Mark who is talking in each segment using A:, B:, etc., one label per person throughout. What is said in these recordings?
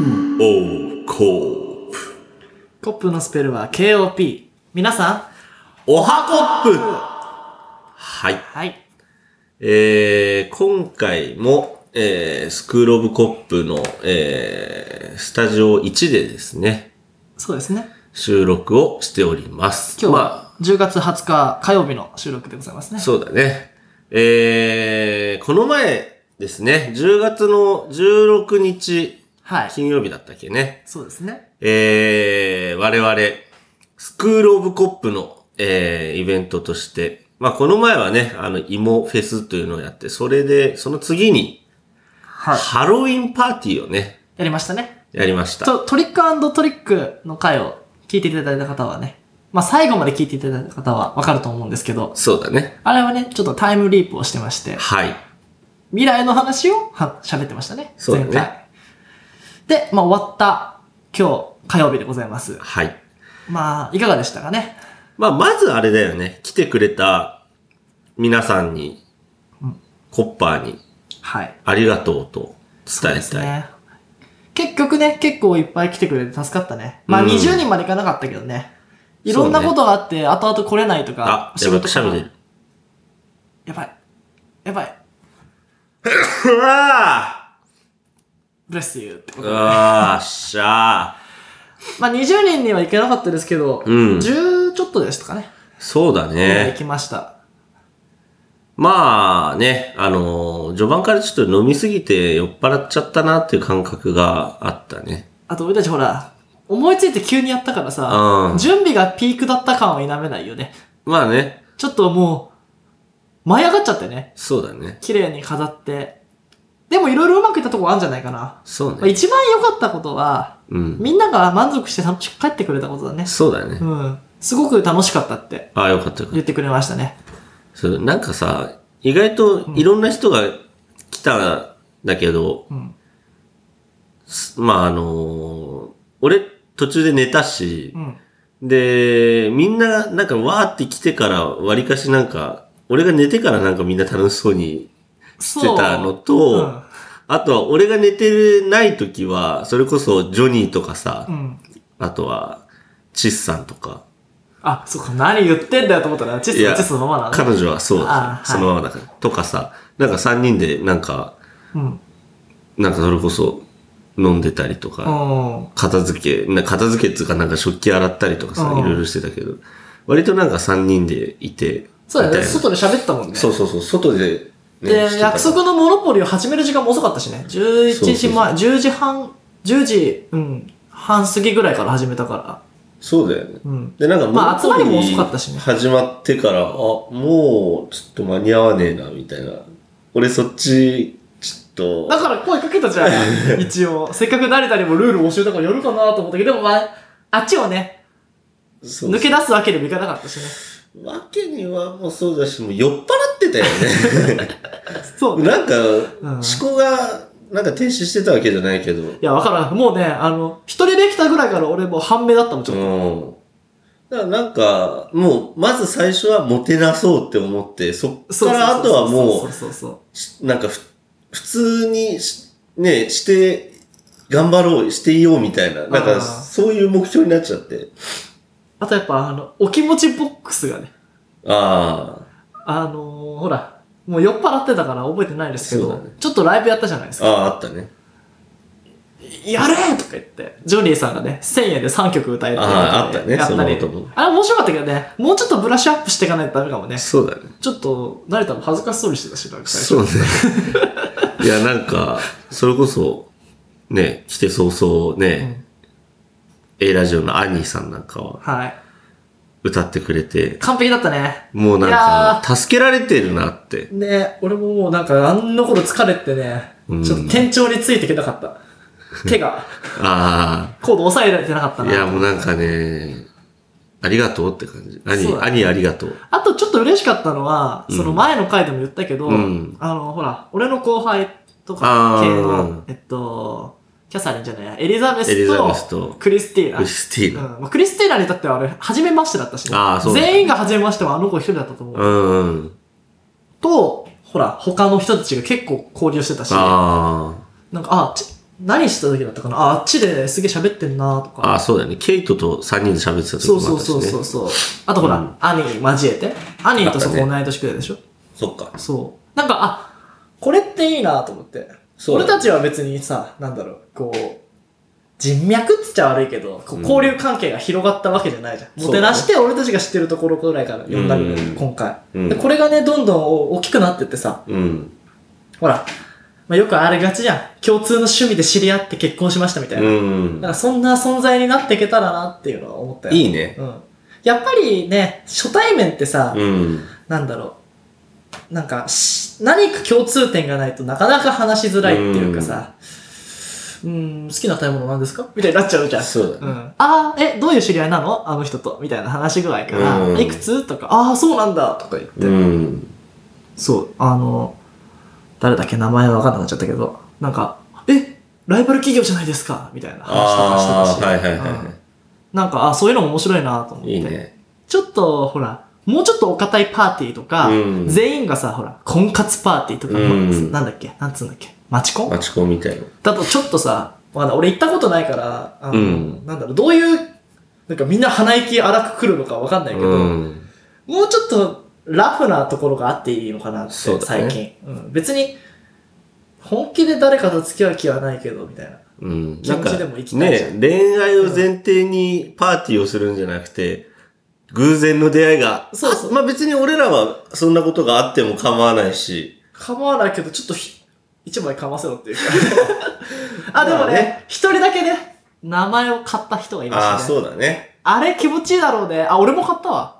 A: KO コープ
B: コップのスペルは KOP。皆さ
A: おはコッ
B: ん、
A: プはい。
B: はい。
A: えー、今回も、えー、スクールオブコップの、えー、スタジオ1でですね、
B: そうですね。
A: 収録をしております。
B: 今日
A: まあ
B: は10月20日火曜日の収録でございますね。
A: そうだね。えー、この前ですね、10月の16日、
B: はい。
A: 金曜日だったっけね。
B: そうですね。
A: えー、我々、スクールオブコップの、えー、イベントとして、まあ、この前はね、あの、芋フェスというのをやって、それで、その次に、
B: はい。
A: ハロウィンパーティーをね、
B: やりましたね。
A: やりました。
B: と、トリックトリックの回を聞いていただいた方はね、まあ最後まで聞いていただいた方はわかると思うんですけど、
A: そうだね。
B: あれはね、ちょっとタイムリープをしてまして、
A: はい。
B: 未来の話をは喋ってましたね。
A: そうだね
B: 前回。で、まあ終わった今日火曜日でございます。
A: はい。
B: まあ、いかがでしたかね。
A: まあ、まずあれだよね。来てくれた皆さんに、コッパーに、
B: はい。
A: ありがとうと伝えたい。
B: ですね。結局ね、結構いっぱい来てくれて助かったね。まあ、
A: うん
B: 20人までいかなかったけどね。い
A: そう
B: ろ
A: ね
B: んなことがあって、後々来れないとか
A: あ、、やばい、くしゃ
B: と
A: み
B: か
A: 出る。
B: やばい。やばい。
A: うわ
B: ブレスユーってこ
A: ー
B: と
A: う。わーしゃ
B: まあ、20人にはいけなかったですけど、
A: うん
B: 10ちょっとでしたかね。
A: ー。そうだ
B: 行
A: ね。
B: きました。
A: まあね、あのー序盤からちょっと飲みすぎて酔っ払っちゃったなっていう感覚があったね。
B: あと、俺たちほら、思いついて急にやったからさ、
A: うん
B: 準備がピークだった感は否めないよね。
A: まあね、
B: ちょっともう、舞い上がっちゃってね。
A: そうだね。
B: 綺麗に飾って。でもいろいろうまくいったとこあるんじゃないかな。
A: そう
B: まあ
A: ね。
B: 一番良かったことは、
A: うん。
B: みんなが満足して楽しく帰ってくれたことだね。
A: そうだね
B: う。ん。すごく楽しかったって
A: ああ、よかったよかっ
B: 言ってくれましたね。
A: た。そう、なんかさ、意外といろんな人が来たんだけど、
B: うん。
A: すまああのー俺途中で寝たし
B: う、ん。
A: で、みんな、なんか、わーって来てから、わりかしなんか、俺が寝てからなんかみんな楽しそうに
B: そ
A: してたのと、
B: うん。
A: あとは俺が寝てない時は、それこそジョニーとかさ、
B: うん。
A: あとは、チッさんとか、
B: あ、そうか、何言ってんだよと思ったら、チェ
A: い
B: ス
A: や
B: はチェスのままなんだ。
A: 彼女はそう、
B: あー
A: そのままだから、とかさ、なんか3人でなんか、
B: うん。
A: なんかそれこそ飲んでたりとか、
B: うん。
A: 片付け、な片付けっていうかなんか食器洗ったりとかさ、
B: うん
A: いろいろしてたけど、割となんか3人でいて、
B: そうだよ
A: み
B: ね。
A: たいな
B: 外で喋ったもんね。
A: そうそうそう、外で、ね
B: で、
A: してた
B: 約束のモノポリを始める時間も遅かったしね。11時前、10時半、10時、うん、半過ぎぐらいから始めたから。
A: そうだよね。
B: うん。
A: で、なんか、
B: まあ集まりも
A: モノポリ
B: 遅かったしね
A: 始まってから、あ、もう、ちょっと間に合わねえな、みたいな。俺、そっち、ちょっ
B: だ
A: と、
B: から声かけたじゃ ん。一応。せっかく慣れたりもルール募集だからやるかなと思ったけど、でもまあ、あっちをね、
A: そう
B: 抜け出すわけにもいかなかったしね。
A: わけにはもうそうだし、もう酔っ払ってたよ
B: そう
A: ね。
B: ね。
A: なんか、
B: ん
A: 思考が、なんか停止してたわけじゃないけど。うん。
B: いや、わからん。もうね、あの、一人できたぐらいから俺もう半目だったもん、ちょっと。
A: だからなんか、もう、まず最初はモテなそうって思って、そっ
B: そう
A: からあとはもう
B: そう、そうそう
A: しなんかふ、普通にし、ね、して、頑張ろう、していようみたいな、なん
B: あー
A: か、そういう目標になっちゃって。
B: あとやっぱ、あの、お気持ちボックスがね、
A: あ
B: あのー、ほら、もう酔っ払ってたから覚えてないですけ
A: そ
B: ど、
A: うだね
B: ちょっとライブやったじゃないです
A: あ、
B: か。
A: ああ、あったね。
B: やれとか言って、ジョニーさんがね、1000円で3曲歌えるっていう
A: ああ
B: こと
A: あった
B: で
A: ね
B: やったり
A: その音も
B: あれ面白かったけどね、もうちょっとブラッシュアップしていかないとダメかもね。
A: そうだね。
B: ちょっと、慣れたも恥ずかしそうにしてたし、なんか最初
A: そうね。 いや、なんか、それこそ、ね、来て早々ね、A ラジオのアニーさんなんかは
B: はい。
A: 歌ってくれて、
B: 完璧だったね。
A: もうなん
B: いや
A: か、助けられてるなって。
B: ね俺ももうなんか、あんな頃疲れてね、
A: うん
B: ちょっと店長についていけな かった。手が、
A: あ
B: コード抑えられてなかった
A: あ、
B: な。
A: いや、もうなんかね、ありがとうって感じ。アニ
B: そう
A: ー、
B: だね
A: アニーありがとう。
B: あとちょっと嬉しかったのは、
A: うん
B: その前の回でも言ったけど、
A: うん
B: あの、ほら、俺の後輩とか系の
A: あー、
B: えっと、キャサリンじゃない、エリザベ
A: エリ
B: ス
A: ザベス
B: と
A: と
B: クリスティーナ。
A: クリスティー
B: う
A: ナ。
B: んまあ、クリスティーナに至ってはあれ、初めましてだったしね、
A: あーそうだね
B: 全員が初めましてはあの子一人だったと思う。
A: うんうん。
B: と、ほら、他の人たちが結構交流してたし、なんか、
A: あ
B: あ、ち何してた時だったかなあ、あっちですげえ喋ってんなとか。
A: あ、そうだよね。ケイトと3人で喋ってた時
B: そ
A: もあ
B: う
A: ったし、ね。
B: そうそうそうそう。あとほら、
A: うん
B: 兄交えて。兄とそこ
A: あった
B: 同
A: ね
B: い年くらいでしょ
A: そっか。
B: そう。なんか、あ、これっていいなと思って。
A: そうだ
B: 俺たちは別にさ、なんだろう、こう、人脈っつっちゃ悪いけど、こう
A: うん
B: 交流関係が広がったわけじゃないじゃん。
A: そう
B: もてなして俺たちが知ってるところくらいから呼んだぐらい、
A: うん
B: 今回、
A: うん
B: で。これがね、どんどん大きくなってってさ、
A: うん。
B: ほら、まあ、よくあれがちじゃん。共通の趣味で知り合って結婚しましたみたいな。
A: う
B: だ
A: ん
B: か。らそんな存在になっていけたらなっていうのは思ったよ。
A: いいね。
B: うん。やっぱりね、初対面ってさ、
A: うん。
B: なんだろう。なんかし、何か共通点がないとなかなか話しづらいっていうかさ、うーん、好きな食べ物なんですかみたいになっちゃうじゃん。
A: そう
B: う
A: だね。
B: ん、ああ、え、どういう知り合いなのあの人と。みたいな話ぐらいから、
A: うん
B: いくつとか、ああ、そうなんだとか言って、
A: うん。
B: そう、あの、誰だっけ名前わかんなくなっちゃったけど、なんか、え、ライバル企業じゃないですかみたいな話
A: あ
B: とかして
A: あ、
B: たし、
A: はいはいはい
B: うん
A: は
B: なんか、あそういうのも面白いなと思っ
A: い。
B: て。
A: いいね。
B: ちょっと、ほら、もうちょっとお堅いパーティーとか、
A: うん
B: 全員がさ、ほら、婚活パーティーとか、
A: うん
B: なんだっけなんつうんだっけマチコン
A: マチコンみたいな。
B: だとちょっとさ、まだ俺行ったことないから、あの
A: うん
B: なんだろう、どういう、なんかみんな鼻息荒く来るのかわかんないけど、
A: うん。
B: もうちょっとラフなところがあっていいのかなって、
A: そうだ
B: 最
A: ね
B: 近、うん。別に、本気で誰かと付き合う気はないけど、みたいな。
A: うん。
B: 気
A: なん
B: 持
A: か
B: ちでも生きたいじゃ
A: ね、恋愛を前提にパーティーをするんじゃなくて、偶然の出会いが、
B: そうそう
A: あまあ別に俺らはそんなことがあっても構わないし、
B: 構わないけど、ちょっとひ一枚かませろ っていうか。あ、でも
A: まあ
B: ね
A: ね、
B: 一、人だけね、名前を買った人がいましたね。
A: ああ、そうだね。
B: あれ気持ちいいだろうね。あ、俺も買ったわ。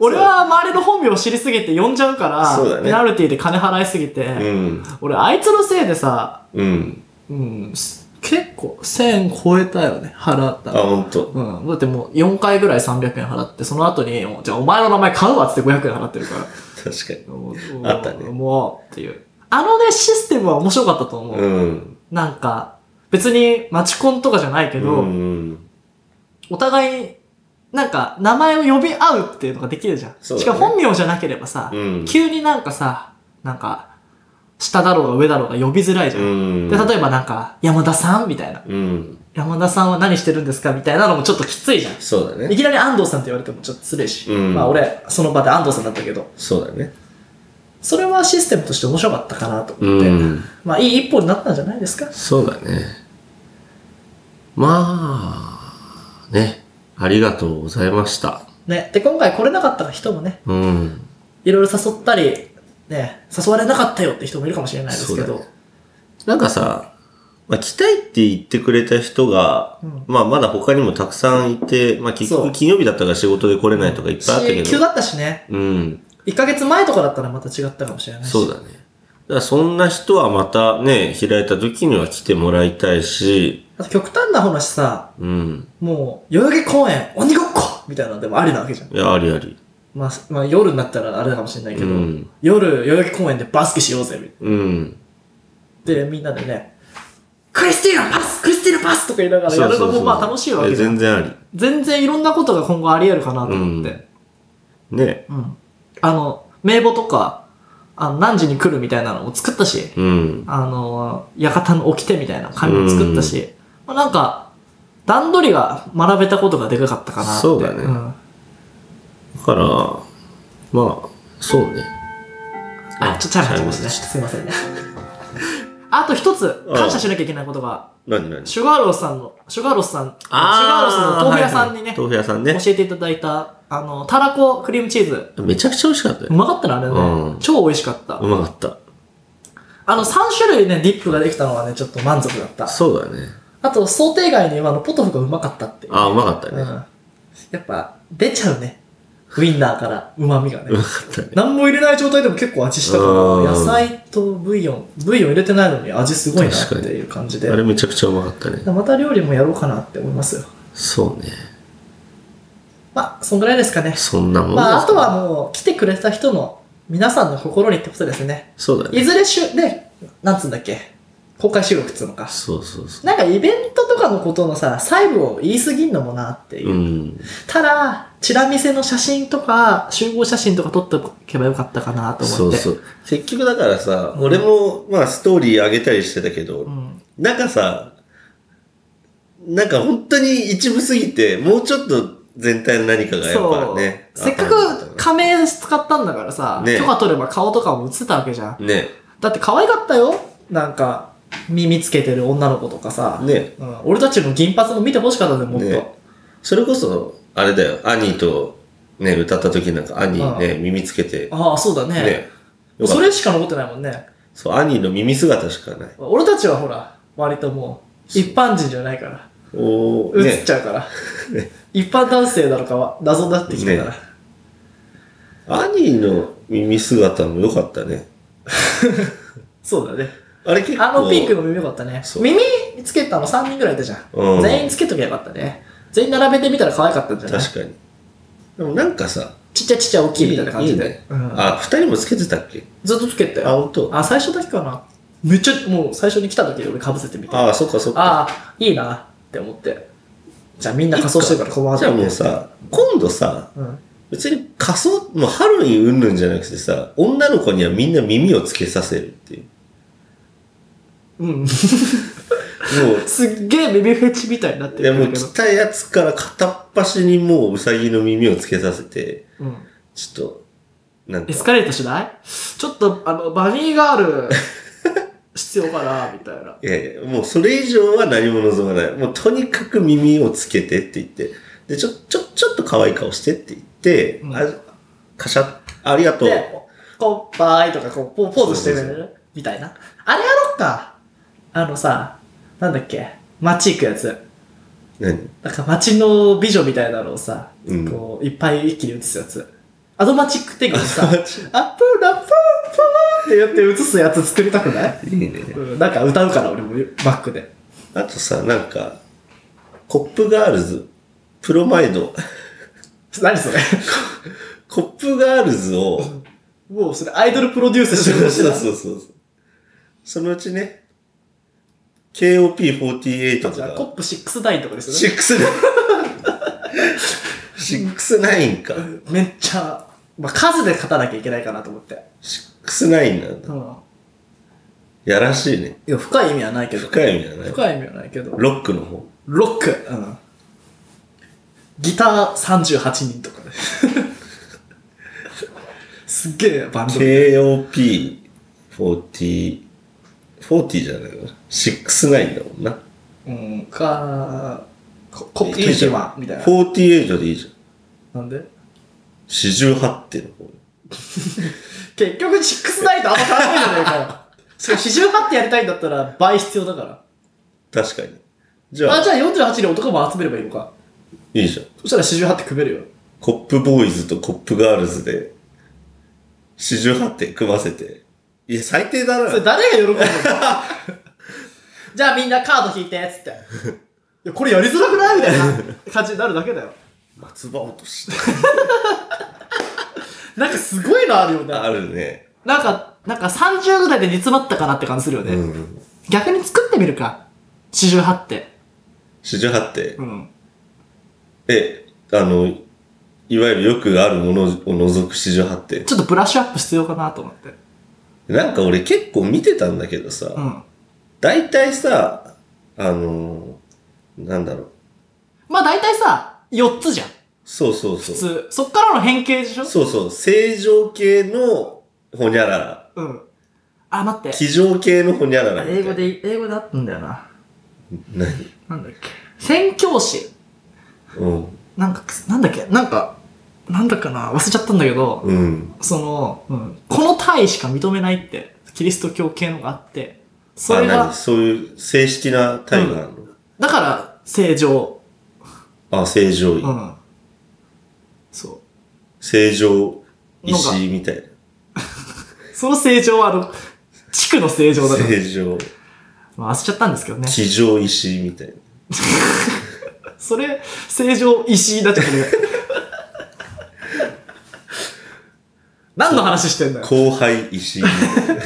B: 俺は周りの本名を知りすぎて呼んじゃうから、
A: そうだね
B: ペナルティで金払いすぎて、
A: うん。
B: 俺あいつのせいでさ、
A: うん。
B: うん、す結構1000超えたよね、払った
A: あ、
B: の。
A: ほんと。
B: うん。だってもう4回ぐらい300円払って、その後に、もうじゃあお前の名前買うわっつって500円払ってるから。
A: 確かに。
B: もう
A: あったね
B: もう、っていう。あのね、システムは面白かったと思う。
A: うん。
B: なんか、別にマチコンとかじゃないけ
A: う
B: ど、
A: ん。
B: お互い、なんか、名前を呼び合うっていうのができるじゃん。
A: そうだ
B: し
A: ね
B: かも本名じゃなければさ、
A: うん
B: 急になんかさ、なんか、下だろうが上だろうが呼びづらいじゃ。
A: うんん。
B: で、例えばなんか、山田さんみたいな。
A: うん。
B: 山田さんは何してるんですかみたいなのもちょっときついじゃん。
A: そうだ
B: い
A: ね。
B: きなり安藤さんって言われてもちょっと失礼し。
A: うん
B: まあ俺、その場で安藤さんだったけど。
A: そうだね。
B: それはシステムとして面白かったかなと思って、
A: うん。
B: まあいい一歩になったんじゃないですか
A: そうだね。まあ、ね。ありがとうございました。
B: ねで今回来れなかった人もね
A: うん。
B: いろいろ誘ったりね誘われなかったよって人もいるかもしれないですけ
A: そ
B: ど
A: うだねなんかさ、まあ、来たいって言ってくれた人が、
B: うん
A: まあまだ他にもたくさんいて、まあ結
B: そう
A: 局金曜日だったから仕事で来れないとかいっぱいあったけ
B: し急
A: ど。
B: だったしね
A: うん。
B: 1ヶ月前とかだったらまた違ったかもしれないし
A: そうだね。だからそんな人はまたね、開いた時には来てもらいたいし、
B: あと極端な話さ
A: うん。
B: もう代々木公園鬼ごっこみたいなのでもありなわけじゃん、
A: いや、ありあり。
B: まあ、まあ夜になったらあれかもしれないけど、
A: うん
B: 夜代々木公園でバスケしようぜみたいな
A: うん。
B: でみんなでねクリスティーナパスクリスティーナパスとか言いながらやるのもまあ楽しいわけ
A: や
B: じゃ
A: 全
B: ん
A: 然あり。
B: 全然いろんなことが今後あり得るかなと思って、
A: ね。
B: うんあの名簿とかあの何時に来るみたいなのも作ったし
A: うん。
B: あの館の掟みたいな紙も作ったし、まあ、なんか段取りが学べたことがでかかったかなって
A: そうだね
B: ん
A: だから、まあ、そうね。
B: あちょっとチャラになっちゃいましたね
A: ちゃい
B: すいませんねあと一つ感謝しなきゃいけないことが
A: 何何
B: シュガーロスさんのシュガーロスさんシュガーロス
A: あ
B: の
A: ー
B: 豆腐屋さんにね、
A: はいはい豆腐屋さんね。
B: 教えていただいた、あの、たらこクリームチーズ。
A: めちゃくちゃ美味しかった
B: う
A: よ。
B: まかったな、あれね。
A: うん
B: 超美味しかった。
A: うまかっ
B: あの、3種類ね、ディップができたのはね、ちょっと満足だった
A: た。。そうだね。
B: あと、想定外に今のポトフがうまかったっていう。
A: ああ、うまかった
B: うん
A: ね。
B: やっぱ、出ちゃうね。ウインナーから、旨味が
A: うま
B: ね。
A: かったね。
B: 何も入れない状態でも結構味したから、
A: うん
B: 野菜とブイヨン、ブイヨン入れてないのに味すごいなっていう感じで
A: あ。れめちゃくちゃうまかったね。
B: また料理もやろうかなって思いますよ。
A: そうね。
B: まあ、そんぐらいですかね。
A: そんなもん
B: まあ、あと
A: も
B: はもう、来てくれた人の、皆さんの心にってことですね。
A: う。そうだ
B: い
A: ね。
B: ずれしゅ、ね、なんつうんだっけ、公開収録っつうのか。
A: そうそうそ。
B: なんかイベントとかのことのさ、細部を言い過ぎんのもなっていうう。
A: うん。
B: ただ、チラ見せの写真とか、集合写真とか撮っておけばよかったかなと
A: そ
B: 思っ
A: う
B: て。。
A: そうう。結局だからさ、
B: うん
A: 俺も、まあ、ストーリー上げたりしてたけど、
B: ん。
A: なんかさ、なんか本当に一部すぎて、もうちょっと全体の何かがやっぱね。
B: せっか
A: わんな
B: く
A: かっ
B: 仮名使ったんだからさ、
A: ね
B: 許可取れば顔とかも映ってたわけじゃん
A: た。ね。
B: だって可愛かったよ。なんか、耳つけてる女の子とかさ。
A: ね。
B: うん、俺たちの銀髪も見てほしかったぜ、もっと。
A: ねそれこそ、あれだよ。兄とね、歌った時なんか兄ね、耳つけて。
B: ああ、そうだね。
A: ね。よか
B: そ
A: った。
B: れしか残ってないもんね。
A: そう、兄の耳姿しかない。
B: 俺たちはほら、割ともう、一般人じゃないから。
A: おー、
B: 映っ
A: ね。
B: ちゃうから。一般男性なのかは謎になってきたから。
A: ね兄の耳姿も良かったね。
B: そうだね。
A: あれ結構。
B: あのピンクの耳よかったね
A: そ。う
B: 耳つけたの3人ぐらいいたじゃん。
A: うん
B: 全員つけときゃよかったね。全員並べてみたら可愛かったんじゃない
A: 確かに。でもなんかさ、
B: ちっちゃいちっちゃい大きいみたいな感じで。
A: いいね
B: うん
A: あ、二人もつけてたっけ
B: ずっとつけてた
A: あ、
B: よ。
A: 本当。
B: あ、最初だけかな。めっちゃ、もう最初に来た時俺かぶせてみて。あ
A: ああ、そっかそっか。
B: あ、いいなって思って。じゃあみんな仮装してるから困って
A: じゃあもうさ、今度さ、
B: うん。
A: 別に仮装、もうハロウィンうんぬんじゃなくてさ、女の子にはみんな耳をつけさせるっていう。
B: うん。
A: も う、
B: すっげえ耳フェチみたいになって
A: で
B: るん
A: も
B: だ
A: う
B: けど
A: 来。たやつから片っ端にもうウサギの耳をつけさせて、
B: うん。
A: ちょっと、なんか
B: エ、スカレートしないちょっと、あの、バニーガール、 必要かなみたいな。
A: いやいや、もうそれ以上は何も望まない。もうとにかく耳をつけてって言って、で、ちょ、ちょ、ちょっと可愛い顔してって言って、
B: うん
A: あカシャッ、ありがとう。
B: で、こう、バーイとかこう、ポポーズしてるみたいな。あれやろっか。あのさ、なんだっけ、街行くやつ。
A: 何
B: なんか街の美女みたいなのをさ、
A: うん
B: こう、いっぱい一気に映すやつ。アドマチック的にさ、ア
A: アド
B: ップ
A: マ
B: ーラップーラップーって言って映すやつ作りたくない、
A: いいね。
B: うん、なんか歌うから俺もバックで。
A: あとさ、なんか、コップガールズ、プロマイド、
B: 何それ
A: コップガールズを、
B: もうそれアイドルプロデュースして
A: そう
B: るし
A: そう
B: な
A: そうそう。そのうちね、KOP48 と
B: じゃあコッ
A: か、
B: プ6ダインとかですよね。
A: 69。69か。
B: めっちゃ、まあ、数で勝たなきゃいけないかなと思って。
A: 69なん
B: う
A: だ。
B: ん。
A: やらしいね。
B: いや、深い意味はないけど。
A: 深い意味じゃない。
B: 深い意味はないけど。
A: ロックの方。
B: ロック。うん。ギター38人とか ね。すっげえバンド。
A: KOP40、40じゃないかな。69だもんな。
B: うん。か、ココップ
A: いいじゃん
B: 21みたいな。
A: 48でいいじゃん。
B: なんで
A: 48っての方。
B: 結局6ナイトあんま変わらないじゃないかよ。それ48ってやりたいんだったら倍必要だから。
A: 確かに。じゃ
B: あ、
A: あ、
B: じゃあ48で男も集めればいいのか。
A: いいじゃん。
B: そしたら48って組めるよ。
A: コップボーイズとコップガールズで、48点組ませて。いや、最低だ
B: それ
A: な。
B: 誰が喜ぶ のじゃあみんなカード引いてっつって。 いや、これやりづらくないみたいな感じになるだけだよ。
A: 松葉落とし。
B: なんかすごいのあるよね。
A: あるね。
B: なんか、なんか30ぐらいで煮詰まったかなって感じするよね。
A: うん。
B: 逆に作ってみるか。48って。
A: 48点。
B: うん。
A: え、あの、いわゆるよくあるものを除く48点。
B: ちょっとブラッシュアップ必要かなと思って。
A: なんか俺結構見てたんだけどさ、
B: うん。
A: 大体さ、あのー、なんだろう。
B: まあ大体さ、4つじゃん。
A: そうそう
B: 普
A: そう。
B: 通。そっからの変形でしょ
A: そうそう。正常系のほにゃらら。
B: うん。あ、待って。
A: 気常系のほにゃららみたいな。
B: 英語。で、英語であったんだよな。
A: 何
B: なんだっけ。宣教師。
A: うん。
B: なんか、なんだっけ。なんか、なんだかな。忘れちゃったんだけど、
A: うん。
B: その、うん、この体しか認めないって、キリスト教系のがあって、それ
A: あ
B: が
A: 何、そういう正式な単位があるの、
B: だから、正常。
A: あ、正常位。
B: うん。そ
A: 正常
B: なんか
A: 石みたいな。
B: う。その正常は、あの、地区の正常だから。
A: 正常。
B: まあ、忘れちゃったんですけどね。
A: 気常石みたいな。
B: それ、正常石井だっち ゃってる。何の話してんだよ。
A: 後輩石みたいな。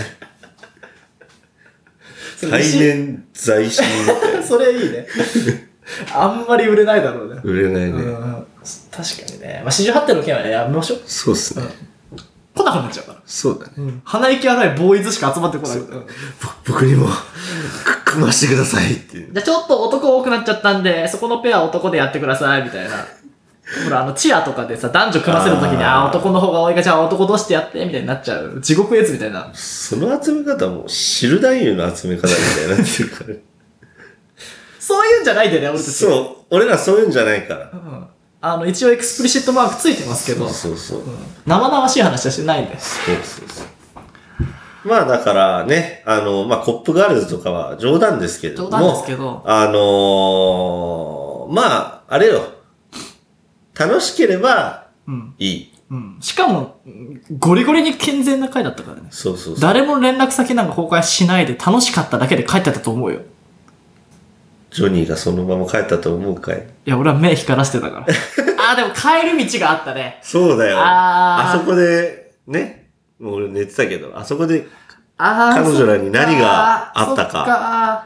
B: それ
A: 対
B: 石井
A: 面在石みたいな。
B: それい いね。あんまり売れないだろうね。
A: 売れないね。
B: うん、確かにね。まあ、48点の件はね、やめましょう。
A: そうっすね。
B: 来なくなっちゃうから。
A: そうだね。
B: 鼻息荒いボーイズしか集まってこない。
A: 僕にも、組ましてくださいっていう。
B: じゃあちょっと男多くなっちゃったんで、そこのペア男でやってください、みたいな。ほら、あの、チアとかでさ、男女組ませるときに、
A: あー
B: ああー、男の方が多いから、じゃあ男同士でやって、みたいになっちゃう。地獄絵図みたいな。
A: その集め方も、シル男優の集め方みたいになってるから。
B: そういうんじゃないでね、俺たち。う。
A: そう、俺らそういうんじゃないから。
B: ん。あの、一応エクスプリシットマークついてますけど、
A: そうそう。
B: うん生々しい話はしてないんで。
A: そうそうそう。まあだからね、あの、まあコップガールズとかは冗談ですけれども、
B: 冗談ですけど、
A: あのーまあ、あれよ。楽しければ
B: うん。
A: いい。
B: うん。しかも、うんゴリゴリに健全な回だったからね。
A: そうそうそう。
B: 誰も連絡先なんか公開しないで楽しかっただけで帰ってたと思うよ。
A: ジョニーがそのまま帰ったと思うかい。
B: いや、俺は目光らせてた から。あー、でも帰る道があったね。
A: そうだよ。
B: あ
A: あ
B: ー
A: そこで、ね。もう俺寝てたけど、あそこで、
B: あー
A: 彼女らに何があったか
B: そっか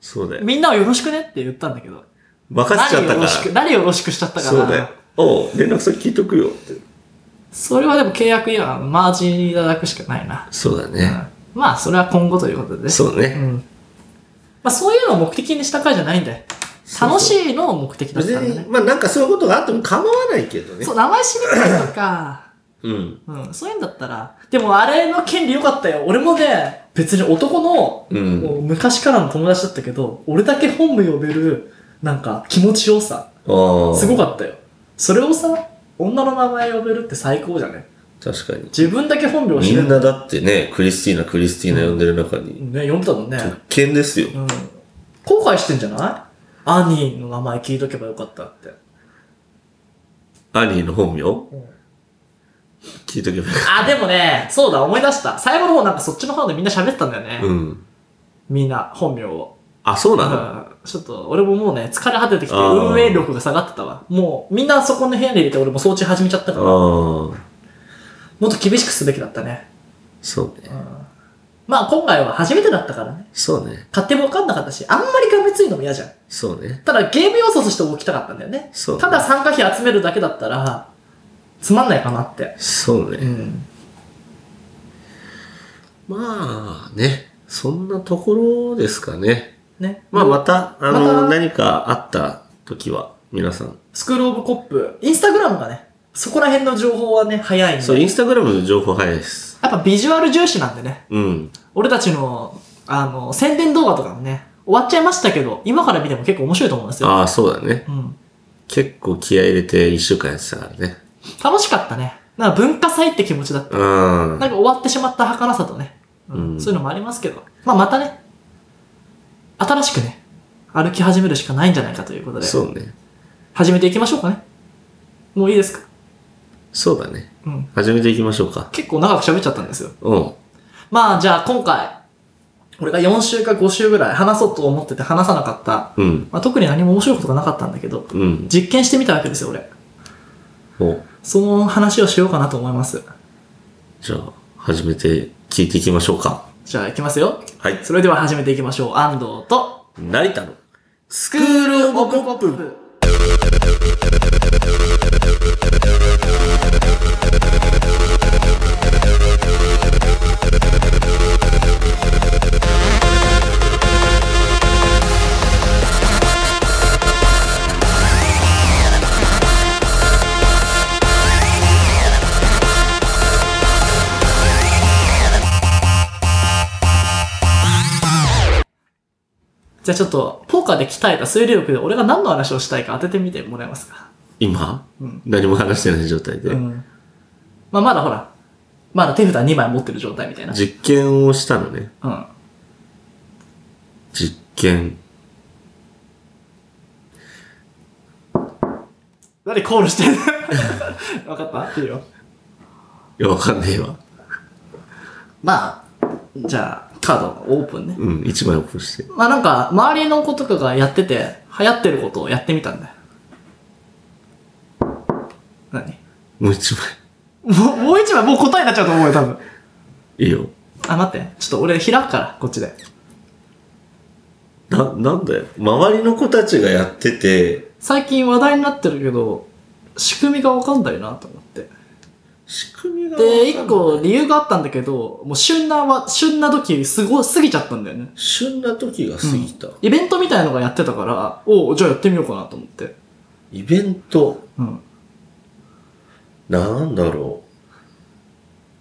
A: そうだよ。
B: みんなをよろしくねって言ったんだけど。
A: 任せちゃった
B: 何を
A: か
B: よろしく、
A: ら。
B: 何をよろしくしちゃったから。
A: そうだよ。おう、連絡先聞いとくよって。
B: それはでも契約今、マージンいただくしかないな。
A: そうだね。
B: うんまあ、それは今後ということでね。
A: そう
B: う
A: ね。
B: ん。まあ、そういうのを目的にした回じゃないんで。楽しいのを目的だっ
A: 別
B: たんだ
A: に、
B: ね。
A: まあなんかそういうことがあっても構わないけどね
B: そ。う、名前知りたいとか。
A: うん。
B: うん、そういうんだったら。でもあれの権利よかったよ。俺もね、別に男の、
A: うん
B: もう昔からの友達だったけど、俺だけ本名呼べる、なんか気持ちよさ、
A: ああ。
B: すごかったよ。それをさ、女の名前呼べるって最高じゃね
A: 確かに。
B: 自分だけ本名
A: み
B: 知る
A: んなだってね、クリスティーナ、クリスティーナ呼んでる中に、
B: ね、呼んでたもんね。
A: 特権ですよ。
B: うん。後悔してんじゃないアニーの名前聞いとけばよかったって。
A: アニーの本名
B: ん
A: 聞いとけばよかっ
B: あ、でもね、そうだ、思い出した。最後の方なんかそっちの方でみんな喋ってたんだよね。
A: た。うん。
B: みんな、本名を。
A: あ、そうなの
B: うんちょっと、俺ももうね、疲れ果ててきて、
A: あー
B: 運営力が下がってたわ。もう、みんなそこの部屋に入れて、俺も装置始めちゃったから、も
A: ああ。
B: っと厳しくすべきだったね。
A: そうね。
B: まあ、今回は初めてだったからね。
A: そうね。
B: 勝手も分かんなかったし、あんまりがめついのも嫌じゃん。
A: そうね。
B: ただ、ゲーム要素として置きたかったんだよね。
A: そうね
B: ただ、参加費集めるだけだったら、つまんないかなって。
A: そう
B: う
A: ね。
B: ん。
A: まあね、そんなところですかね。
B: ね。
A: まあまた、あ
B: また
A: の、何かあった時は、皆さん。
B: スクールオブコップ、インスタグラムがね、そこら辺の情報はね、早いんで。
A: そう、インスタグラムの情報早いです。
B: やっぱビジュアル重視なんでね。
A: うん。
B: 俺たちの、あの、宣伝動画とかもね、終わっちゃいましたけど、今から見ても結構面白いと思うんですよ。
A: ああ、そうだね。
B: うん。
A: 結構気合い入れて一週間やってたからね。
B: 楽しかったね。なんか文化祭って気持ちだった。
A: うん
B: な。んか終わってしまった儚さとね、うん
A: うん
B: そういうのもありますけど、まあまたね、新しくね、歩き始めるしかないんじゃないかということで、
A: そうね。
B: 始めていきましょうかね。もういいですか
A: そうだね。
B: うん。
A: 始めていきましょうか。
B: 結構長く喋っちゃったんですよ。
A: うん。
B: まあじゃあ今回、俺が4週か5週ぐらい話そうと思ってて話さなかった、
A: うん。
B: まあ特に何も面白いことがなかったんだけど、
A: うん。
B: 実験してみたわけですよ、俺。
A: お
B: その話をしようかなと思います。
A: じゃあ、始めて聞いていきましょうか。
B: じゃあ、いきますよ。
A: はい。
B: それでは始めていきましょう。安藤と、
A: 成田の
B: スクールオブコップ。じゃあちょっと、ポーカーで鍛えた推理力で俺が何の話をしたいか当ててみてもらえますか。
A: 今、
B: うん
A: 何も話してない状態で、
B: うん。まあ、まだほら、まだ手札2枚持ってる状態みたいな。
A: 実験をしたのね。
B: うん。
A: 実験。
B: 何コールしてる わかったいいよ。
A: いや、わかんねえわ。
B: まあ、じゃあ、カードオープンね。
A: うん、一枚オープンして。
B: まあなんか、周りの子とかがやってて、流行ってることをやってみたんだよ。何
A: もう一枚。
B: もう、もう一枚、もう答えになっちゃうと思うよ、多分。
A: いいよ。
B: あ、待って。ちょっと俺開くから、こっちで。
A: な、なんだよ。周りの子たちがやってて、
B: 最近話題になってるけど、仕組みがわかんないなと思って。
A: 仕組みがわかんない。
B: で、一個理由があったんだけど、もう旬なは、旬な時すご、過ぎちゃったんだよね。
A: 旬な時が過ぎた。
B: イベントみたいのがやってたから、おうじゃあやってみようかなと思って。
A: イベント、
B: うん。
A: なんだろ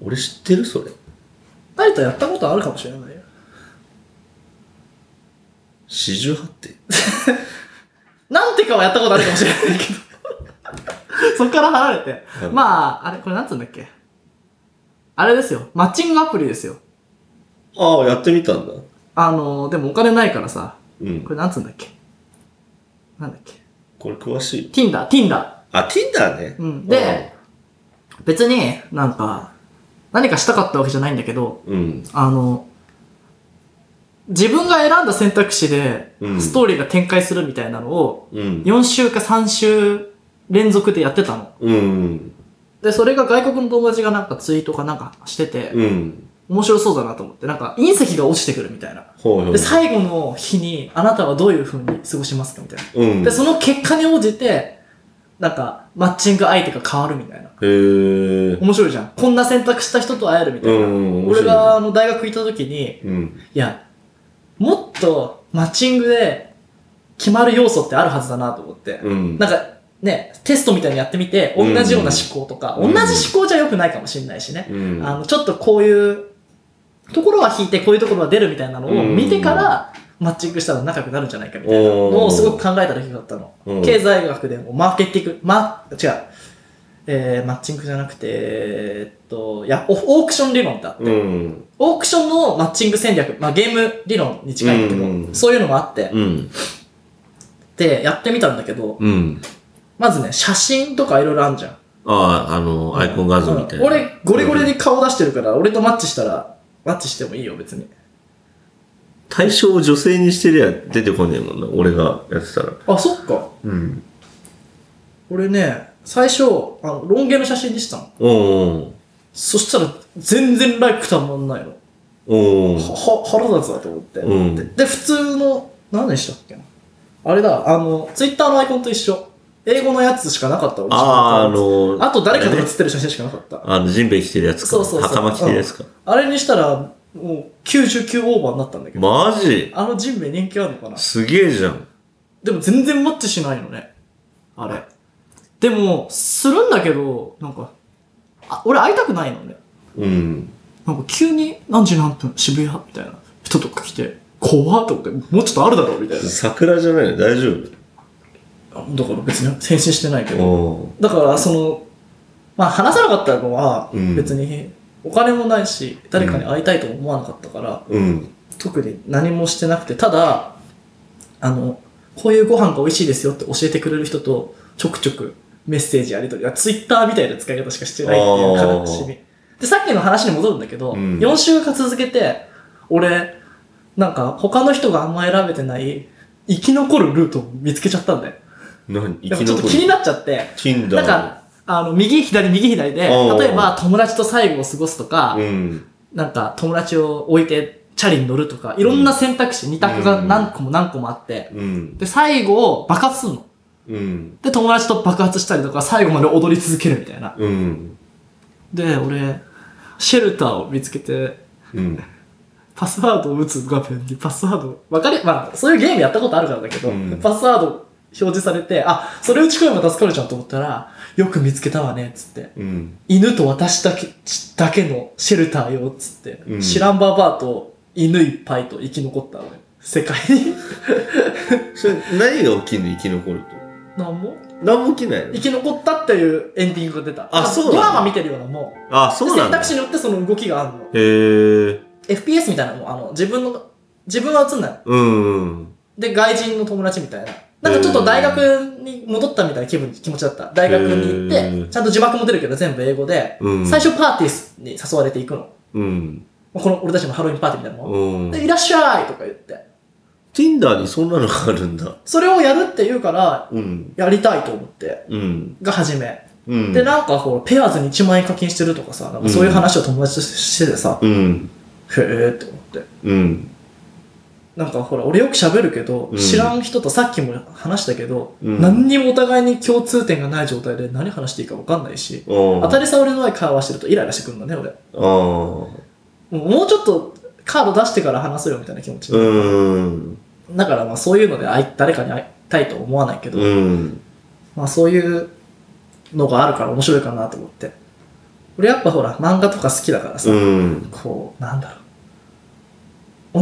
A: う。俺知ってるそれ。
B: 成田やったことあるかもしれないよ。
A: 四十八って。
B: なんてかはやったことあるかもしれないけ ど。そっから離れて。
A: うん
B: まあ、あれ、これなんつうんだっけ。あれですよ。マッチングアプリですよ。
A: ああ、やってみたんだ。
B: あの、でもお金ないからさ、
A: うん
B: こ。れなんつうんだっけ。なんだっけ。
A: これ詳しい。
B: Tinder、Tinder。
A: あ、Tinder ね。
B: うん。で、別になんか、何かしたかったわけじゃないんだけど、
A: うん、
B: あの、自分が選んだ選択肢で
A: うん、
B: ストーリーが展開するみたいなのを、
A: うん。
B: 4週か3週連続でやってたの。
A: うん。
B: で、それが外国の友達がなんかツイートかなんかしてて、
A: うん。
B: 面白そうだなと思って、なんか隕石が落ちてくるみたいな。
A: ほうほう
B: で、。最後の日に、あなたはどういう風に過ごしますかみたいな。
A: うん。
B: で、その結果に応じて、なんか、マッチング相手が変わるみたいな。
A: へー。
B: 面白いじゃん。こんな選択した人と会えるみた
A: う
B: いな。
A: ん。面白い
B: 俺が、あの、大学行った時に、
A: うん。
B: いや、もっとマッチングで決まる要素ってあるはずだなと思って。
A: うん。
B: なんか、ね、テストみたいにやってみて、同じような思考とか、
A: うん
B: 同じ思考じゃ良くないかもしれないしね。
A: うん。
B: あの、ちょっとこういうところは引いて、こういうところは出るみたいなのを見てから、マッチングしたら仲良くなるんじゃないかみたいなのをすごく考えた時があったの。
A: うん
B: 経済学でもマーケティング、ま、違う、えー、マッチングじゃなくて、えーっと、いや、オオークション理論だ。
A: うん。
B: オークションのマッチング戦略、まあゲーム理論に近いんだけど、
A: うん
B: そういうのもあって、
A: うん。
B: で、やってみたんだけど、
A: うん。
B: まずね、写真とかいろいろあるじゃん。
A: ああ、あの、アイコン画像みたいな。
B: うん俺、ゴリゴリで顔出してるから、俺とマッチしたら、マッチしてもいいよ、別に。
A: 対象を女性にしてりゃ出てこねえもんな、俺がやってたら。
B: あ、そっか。
A: うん。
B: 俺ね、最初、あの、ロン毛の写真にしたの。
A: おー
B: そしたら、全然ライクたまんないの。
A: おー
B: は、は腹立つだと思って。
A: うん
B: でで、普通の、何でしたっけな。あれだ、あの、ツイッターのアイコンと一緒。英語のやつしかなかった俺
A: ああ、あの
B: あと誰かが
A: あれ
B: 写
A: ね
B: ってる写真しかなかった。
A: あの、ジンベイ着てるやつか。
B: そうそうそう
A: 袴着てるやつか。
B: あれにしたら、もう99オーバーになったんだけど。
A: マジ
B: あの人名人気あるのかな
A: すげえじゃん。
B: でも全然マッチしないのね。あれ。でも、するんだけど、なんか、あ俺会いたくないのね。
A: うん。
B: なんか急に何時何分渋谷みたいな人とか来て、怖っと思って、もうちょっとあるだろうみたいな。
A: 桜じゃないの大丈
B: あだから別に返信してないけ
A: 夫
B: ど。
A: お
B: だから、その、まあ話さなかったのは、
A: うん
B: 別にお金もないし、誰かに会いたいとも思わなかったから、
A: ーうん。
B: 特に何もしてなくて、ただ、あの、こういうご飯が美味しいですよって教えてくれる人と、ちょくちょくメッセージやり取り、ツイッターみたいな使い方しかしてないっていう悲しみ。で、さっきの話に戻るんだけど、
A: うん
B: 4週間続けて、俺、なんか他の人があんま選べてない、生き残るルートを見つけちゃったんだよ。
A: 何生
B: でも
A: き
B: ちょっと
A: 残
B: 気に
A: り。
B: なっちゃって、
A: Tinder。
B: なんか、あの、右左右左で、
A: おー
B: 例えば友達と最後を過ごすとか、
A: うん。
B: なんか友達を置いてチャリに乗るとか、いろんな選択肢、二択が何個も何個もあって、
A: うん。
B: で、最後を爆発するの。
A: うん。
B: で、友達と爆発したりとか、最後まで踊り続けるみたいな。
A: うん。
B: で、俺、シェルターを見つけて、
A: うん。
B: パスワードを打つ画面にパスワード、わかり、まあ、そういうゲームやったことあるからだけど、
A: うん
B: パスワード表示されて、あ、それ打ち込めば助かるじゃんと思ったら、よく見つけたわね、つって。
A: うん。
B: 犬と私だけちだけのシェルターよっつって、
A: うん
B: 知らんばばあと犬いっぱいと生き残ったのよ世界 に
A: それ、何が起きんの生き残ると。
B: なんも
A: 何も起きないの
B: 生き残ったっていうエンディングが出た
A: あそうなの
B: ドラマ見てるようなもん
A: あ、そうな
B: 選
A: んだ
B: 択。肢によってその動きがあるの
A: へー。
B: FPS みたいなのもんあの自分の自分は映んないの
A: うん。
B: で外人の友達みたいななんかちょっと大学に戻ったみたいな気分気持ちだった大学に行
A: へ
B: って
A: ー
B: ちゃんと字幕も出るけど全部英語で、
A: うん。
B: 最。初パーティーに誘われていくの
A: うん。
B: この俺たちのハロウィンパーティーみたいなのもん
A: うん。
B: で、いらっしゃいとか言って。
A: Tinder にそんなのがあるんだ。
B: それをやるって言うから、
A: うん。
B: やりたいと思って、
A: うん。
B: が初め。
A: うん。
B: で、なんかこう、ペアーズに1万円課金してるとかさ、なんかそういう話を友達としててさ、
A: うん。
B: へえーって思って。
A: うん。
B: なんかほら、俺よく喋るけど、
A: うん
B: 知らん人とさっきも話したけど、
A: うん
B: 何にもお互いに共通点がない状態で何話していいか分かんないし、
A: 当
B: 当たり障りのない会話してるとイライラしてくるんだね、俺。
A: うん。
B: もうもうちょっとカード出してから話そうよみたいな気持ち。
A: うん。
B: だからまあそういうので会い、誰かに会いたいとは思わないけど、
A: うん。
B: まあそういうのがあるから面白いかなと思って。俺やっぱほら、漫画とか好きだからさ、
A: うん。
B: こう、なんだろ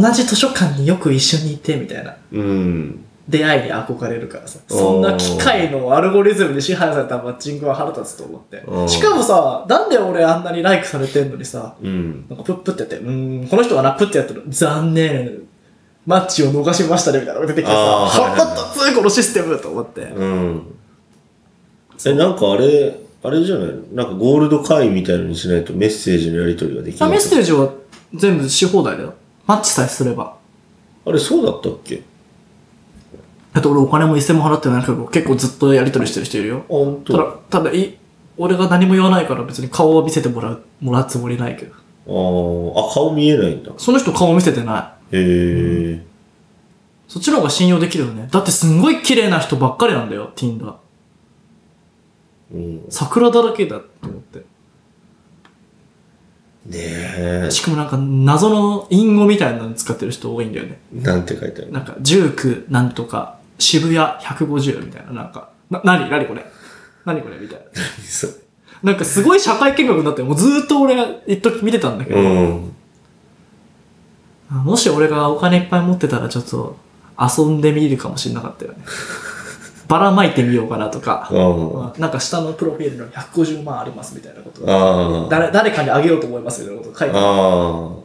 B: う。同じ図書館によく一緒にいてみたいな
A: うん。
B: 出会いに憧れるからさ。そんな機械のアルゴリズムに支配されたマッチングは腹立つと思って
A: お。ー
B: しかもさ、なんで俺あんなにライクされてんのにさ、
A: うん。
B: なんかプップってやって、うーん、この人がラップってやってる。残念。マッチを逃しましたねみたいなのが出てきてさ、
A: あーはいはいはい
B: 腹立つこのシステムと思って。
A: うん。え、なんかあれ、あれじゃないなんかゴールド会員みたいのにしないとメッセージのやり取りができない。
B: メッセージは全部し放題だよ。マッチさえすれば。
A: あれ、そうだったっけ
B: だって俺お金も一銭も払ってないけど、結構ずっとやり取りしてる人いるよ
A: あ、。本
B: た
A: 当。
B: だ、ただい、俺が何も言わないから別に顔を見せてもらう、もらうつもりないけど。
A: あーあ、顔見えないんだ。
B: その人顔見せてない。
A: へえ。
B: そっちの方が信用できるよね。だってすんごい綺麗な人ばっかりなんだよ、Tinder。
A: うん。ね
B: 桜だらけだって思って。
A: え。
B: しかもなんか謎の隠語みたいなの使ってる人多いんだよね。
A: なんて書いてある
B: なんか19なんとか渋谷150みたいななんか、な、なになにこれなにこれみたいな。
A: そう
B: なんかすごい社会見学になって、もうずーっと俺一時見てたんだけど、
A: うん。
B: あもし俺がお金いっぱい持ってたらちょっと遊んでみるかもしれなかったよね。ばらまいてみようかなとか、
A: あ
B: なんか下のプロフィールの150万ありますみたいなこと。
A: あ。あ
B: 誰誰かにあげようと思いますみたいなこと書いてある
A: あ。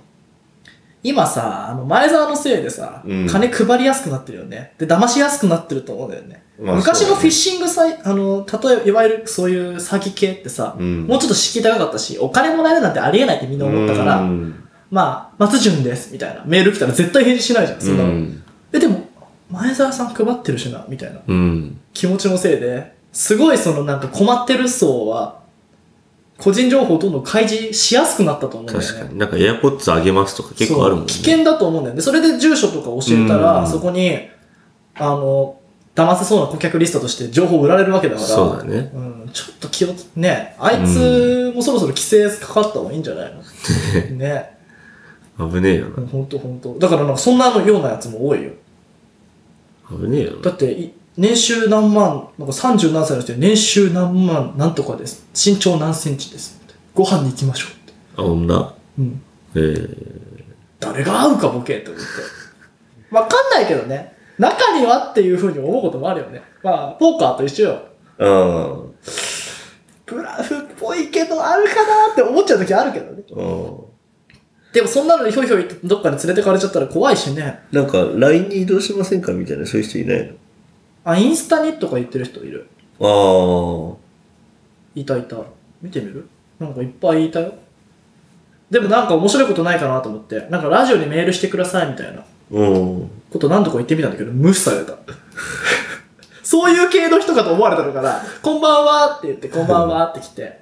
B: 今さ、あの前澤のせいでさ、
A: うん
B: 金配りやすくなってるよね。で、騙しやすくなってると思うんだよね。
A: まあ
B: 昔のフィッ
A: シ
B: シングサイ、あの、例えば、いわゆるそういう詐欺系ってさ、
A: うん
B: もうちょっと敷居高かったし、お金もらえるなんてありえないってみんな思ったから、
A: うん。
B: まあ、松潤です、みたいな。メール来たら絶対返事しないじゃん、そんなの。え、でも、前澤さん配ってるしな、みたいな
A: うん。
B: 気持ちのせいで、すごいそのなんか困ってる層は、個人情報をどんどん開示しやすくなったと思うんだよね。
A: 確かに。なんかエアポッツあげますとか結構あるもんね。
B: そう危険だと思うんだよね。それで住所とか教えたら、
A: うん
B: そこに、あの、騙せそうな顧客リストとして情報売られるわけだから、
A: そうだね。
B: うん、ちょっと気を、ね、あいつもそろそろ規制かかった方がいいんじ ゃないのね、
A: 危ねえよな。
B: ほんとほんと。だからなんかそんなのようなやつも多いよ。
A: 危ねえよな。
B: だってい、年収何万、なんか30何歳の人に年収何万なんとかです。身長何センチです。ご飯に行きましょうって。
A: あ、女
B: うん。
A: ええ
B: 誰が合うかボケって思って。 わかんないけどね。中にはっていうふうに思うこともあるよね。まあ、ポーカーと一緒よ。
A: うん。
B: ブラフっぽいけど、あるかなって思っちゃう時あるけどね。
A: うん。
B: でもそんなのにひょいひょいってどっかに連れてかれちゃったら怖いしね。
A: なんか、LINE に移動しませんかみたいな、そういう人いない
B: あ、インスタにとか言ってる人いる。
A: の
B: いたいた。見てみるなんかいっぱいいたよ。でもなんか面白いことないかなと思って、なんかラジオにメールしてくださいみたいな。
A: ああ。うん。
B: こと何度か言ってみたんだけど、無視された。 そういう系の人かと思われたのかな。こんばんはって言って、こんばんはって来て。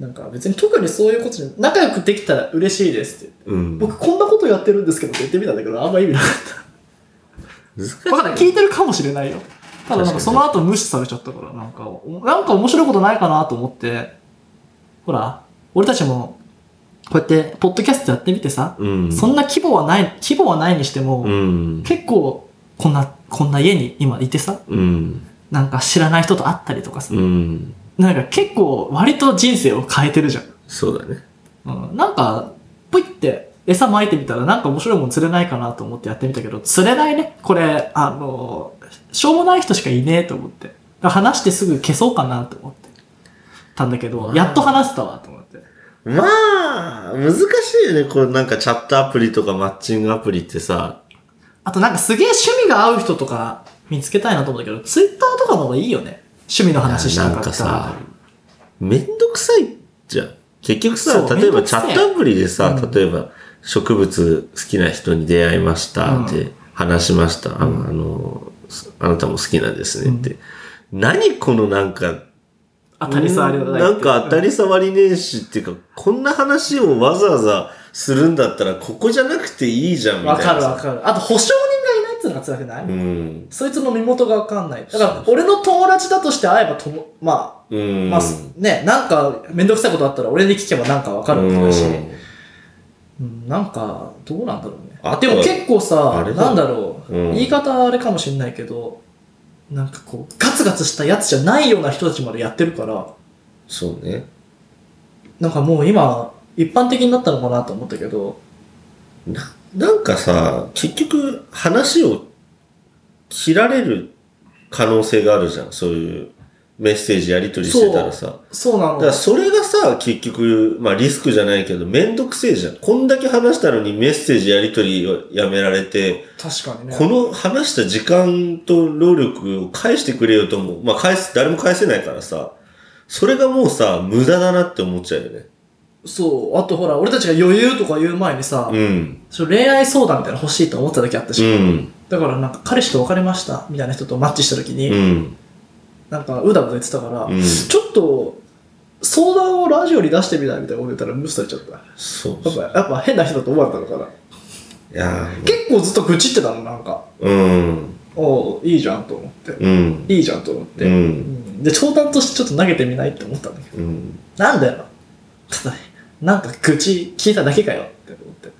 B: なんか別に特にそういうことに、仲良くできたら嬉しいですって言って。
A: うん。
B: 僕こんなことやってるんですけどって言ってみたんだけど、あんま意味なかった。わかんない。聞いてるかもしれないよ。ただなんかその後無視されちゃったから、なんか、おなんか面白いことないかなと思って、ほら、俺たちも、こうやって、ポッドキャストやってみてさ、
A: うん。
B: そんな規模はない、規模はないにしても、
A: うん。
B: 結構こんなこんな家に今いてさ
A: うん。
B: なんか知らない人と会ったりとかさ、
A: うん。
B: なんか結構割と人生を変えてるじゃ
A: そうだね。
B: ん、うん、なんかポイって餌撒いてみたらなんか面白いもん釣れないかなと思ってやってみたけど釣れないねこれあのしょうもない人しかいねえと思ってだから話してすぐ消そうかなと思ってたんだけどやっと話せたわと思って
A: まあ、難しいよね。こう、なんかチャットアプリとかマッチングアプリってさ。
B: あとなんかすげえ趣味が合う人とか見つけたいなと思うんだけどツイッターとかの方がいいよね趣味の話した
A: な
B: か
A: ん
B: った
A: からさ、めんどくさいじゃん。結局さ
B: そ、う
A: 例え
B: めんど
A: ば
B: く
A: チ
B: せえ
A: ャットアプリでさ、
B: うん
A: 例えば植物好きな人に出会いました
B: うん
A: って話しました。あ
B: うん
A: あの、すあなたも好きなんですねって。何このなんか、
B: 当たり障りのない
A: なんか当たり障りねえしっていうか、こんな話をわざわざするんだったら、ここじゃなくていいじゃん、みたい
B: わ
A: な。
B: かるわかる。あと、保証人がいないっていうのが辛くない、
A: うん。
B: そいつの身元がわかんない。だ
A: そ
B: か
A: う
B: ら、俺の友達だとして会えばとも、ま
A: うん。
B: あ、まあ、ね、なんか、めんどくさいことあったら俺に聞けばなんかわかるってだし、
A: うん
B: うん、なんか、どうなんだろうね。
A: あと
B: でも結構
A: あ
B: さ、
A: れだ
B: なんだろう、
A: うん
B: 言い方あれかもしれないけど、なんかこう、ガツガツしたやつじゃないような人たちまでやってるから、
A: そうね。
B: なんかもう今、一般的になったのかなと思ったけど、
A: な、なんかさ、結局、話を切られる可能性があるじゃん。そういうメッセージやり取りしてたらさ。
B: そうな
A: だ
B: の。
A: からそれがさ、結局、まあリスクじゃないけど、めんどくせえじゃん。こんだけ話したのにメッセージやり取りをやめられて、
B: 確かにね。
A: この話した時間と労力を返してくれよと思う。まあ返す、誰も返せないからさ、それがもうさ、無駄だなって思っちゃうよね。
B: そう、あとほら、俺たちが余裕とか言う前にさ、
A: うん。
B: その恋愛相談みたいなの欲しいと思った時あった
A: う
B: し、
A: ん。
B: だからなんか彼氏と別れましたみたいな人とマッチした時に、
A: うん。
B: なんかうだうだ言ってたから、
A: うん
B: ちょっと相談をラジオに出してみないみたいなこと言ったら無視されちゃった。
A: そうそう。
B: やっぱやっぱ変な人だと思われたのか
A: い
B: な。
A: やー
B: 結構ずっと愚痴ってたの、なんか。
A: うん。
B: おういいじゃんと思って。
A: うん。
B: いいじゃんと思って。
A: う。
B: うんんで、長談としてちょっと投げてみないって思ったんだけど。
A: うん。
B: なんだよ。ただ、なんか愚痴聞いただけかよって思って。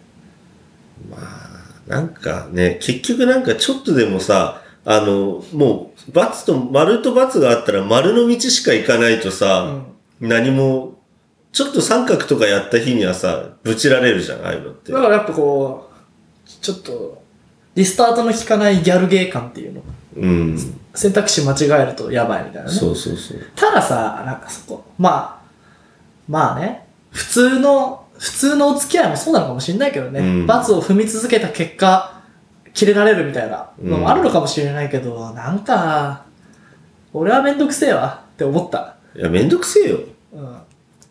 A: まあ、なんかね、結局なんかちょっとでもさ、あの、もう、罰と、丸と罰があったら丸の道しか行かないとさ、何も、ちょっと三角とかやった日にはさ、ぶちられるじゃん、ああいうのって
B: だ。からやっぱこう、ちょっと、リスタートの効かないギャルゲー感っていうの。
A: うん。
B: 選択肢間違えるとやばいみたいなね。
A: そうそうそう。
B: たださ、なんかそこ、まあ、まあね、普通の、普通のお付き合いもそうなのかもしれないけどね、
A: うん
B: 罰を踏み続けた結果、切れられるみたいなのもあるのかもしれないけど、なんか、俺はめんどくせえわって思った。
A: いや、めんどくせえよ。
B: うん。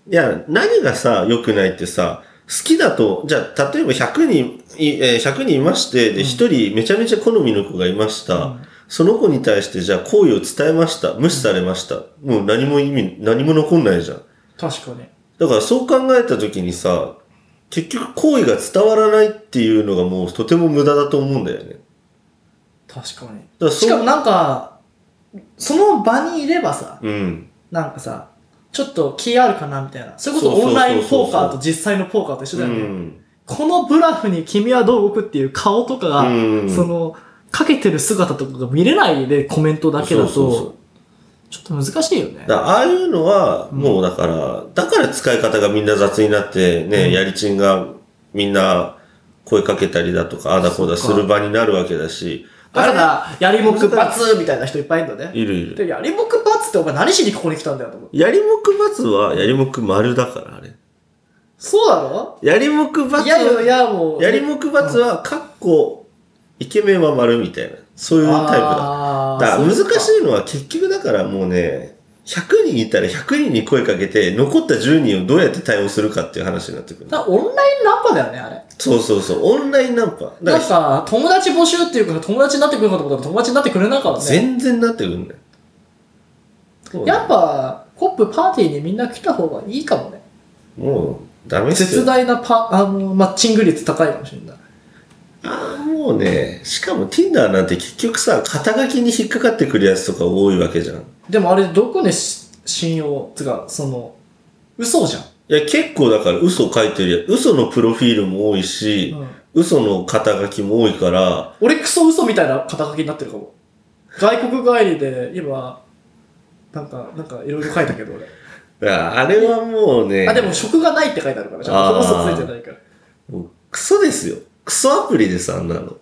A: いや、何がさ、良くないってさ、好きだと、じゃあ、例えば100人い、えー100人いまして、で、
B: うん
A: 1人めちゃめちゃ好みの子がいました。
B: うん
A: その子に対して、じゃあ、好意を伝えました。無視されました。もう何も意味、何も残んないじゃん。
B: 確かに。
A: だから、そう考えた時にさ、結局、好意が伝わらないっていうのがもうとても無駄だと思うんだよね。
B: 確かに。
A: だからそう
B: しかもなんか、その場にいればさ、
A: うん。
B: なんかさ、ちょっと気あるかなみたいな。それこそ
A: そうそうそうそう
B: オンラインポーカーと実際のポーカーと一緒
A: う
B: だよね。
A: ん。
B: このブラフに君はどう動くっていう顔とかが、
A: うん
B: その、かけてる姿とかが見れないでコメントだけだと、
A: そうそうそう
B: ちょっと難しいよね。
A: だからああいうのは、もうだから、だから使い方がみんな雑になって、ね、
B: うん
A: やりちんがみんな声かけたりだとか、ああだこうだ
B: そ
A: す
B: っか
A: る場になるわけだし、
B: だ
A: あ
B: から、やりもくバツみたいな人いっぱいいるの
A: れ
B: ね。
A: いるいる。
B: で、やりもくバツってお前何しにここに来たんだよと思って。
A: やりもく罰は、やりもく丸だから、あれ。
B: そうだろ
A: やりもく罰
B: いやいやい
A: は、
B: や、もう。
A: やりもく罰は、かっこ、イケメンは丸みたいな、そういうタイプだ。
B: あー
A: だから難し
B: そうか
A: いのは結局だからもうね、100人いたら100人に声かけて、残った10人をどうやって対応するかっていう話になってくる。
B: だからオンラインナンパだよね、あれ。
A: そうそうそう、オンラインナンパ。だ
B: な
A: から、
B: んか、友達募集っていうから友達になってくるかと思ったら友達になってくれないからね。
A: 全然なってくんね。
B: やっぱ、コップパーティーにみんな来た方がいいかもね。
A: もう、ダメっす
B: 絶
A: よ。
B: 大なパあのマッチング率高いかもしれない。
A: あーもうね、しかも Tinder なんて結局さ、肩書きに引っかかってくるやつとか多いわけじゃん。い
B: でもあれ、どこでし信用、つうか、その、嘘じゃん。
A: や、結構だから嘘書いてるや嘘のプロフィールも多いし、嘘の肩書きも多いから、
B: 俺、クソ嘘みたいな肩書きになってるかも。外国帰りで、今、なんか、なんか、いろいろ書いたけど、俺。
A: いやあれはもうね、
B: あ、でも、職がないって書いてあるから、ちゃんと
A: あー
B: 嘘ついてないから。
A: もうクソですよ。クソアプリでさ、あんなの。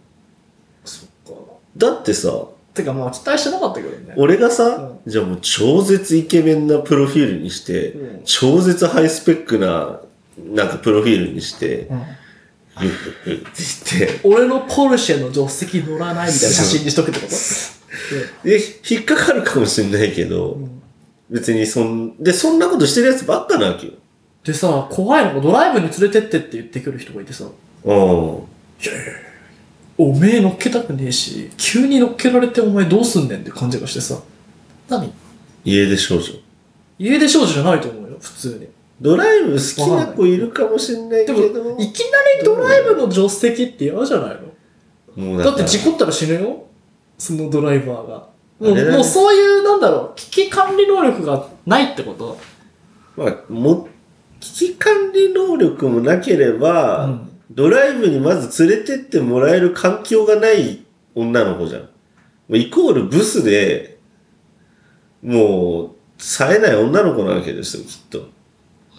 B: そっか。
A: だってさ、
B: てか、まあ、期待してなかったけどね。
A: 俺がさ、じゃあもう超絶イケメンなプロフィールにして、
B: うん
A: 超絶ハイスペックな、なんかプロフィールにして、
B: うん
A: ゆっゆっゆって言って、
B: 俺のポルシェの助手席乗らないみたいな写真にしとくってこと
A: で、引っかかるかもしんないけど、
B: うん
A: 別にそん、で、そんなことしてるやつばっかなわけよ。
B: でさ、怖いのがドライブに連れてってって言ってくる人がいてさ、
A: うん。
B: おめえ乗っけたくねえし、急に乗っけられてお前どうすんねんって感じがしてさ、何
A: 家出少女。
B: 家出少女じゃないと思うよ、普通に。
A: ドライブ好きな子いるかもしれないけ
B: で
A: ど、
B: も、いきなりドライブの助手席って嫌じゃないの
A: もう
B: だ
A: だ
B: って事
A: 故
B: 故ったら死ぬよそのドライバーが。も
A: あれだ
B: う
A: ね
B: もうそういう、なんだろう、危機管理能力がないってこと
A: まあ、も、危機管理能力もなければ、
B: うん
A: ドライブにまず連れてってもらえる環境がない女の子じゃん。もうイコールブスで、もう、冴えない女の子なわけですよ、きっと。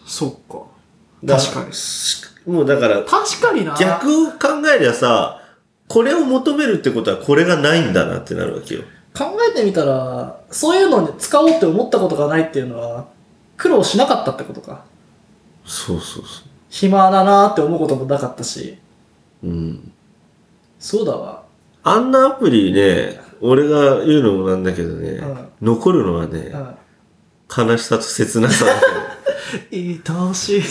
B: そっか。
A: だ
B: 確かに
A: しもうだから、
B: 確かにな。
A: 逆を考えりゃさ、これを求めるってことはこれがないんだなってなるわけよ。
B: 考えてみたら、そういうのに使おうって思ったことがないっていうのは、苦労しなかったってことか。
A: そうそうそ
B: 暇だなって思うこともなかったし。
A: う。うん。
B: そうだわ。
A: あんなアプリね、俺が言うのもなんだけどね、
B: うん
A: 残るのはね、
B: うん。
A: 悲しさと切なさだけ
B: 愛しい。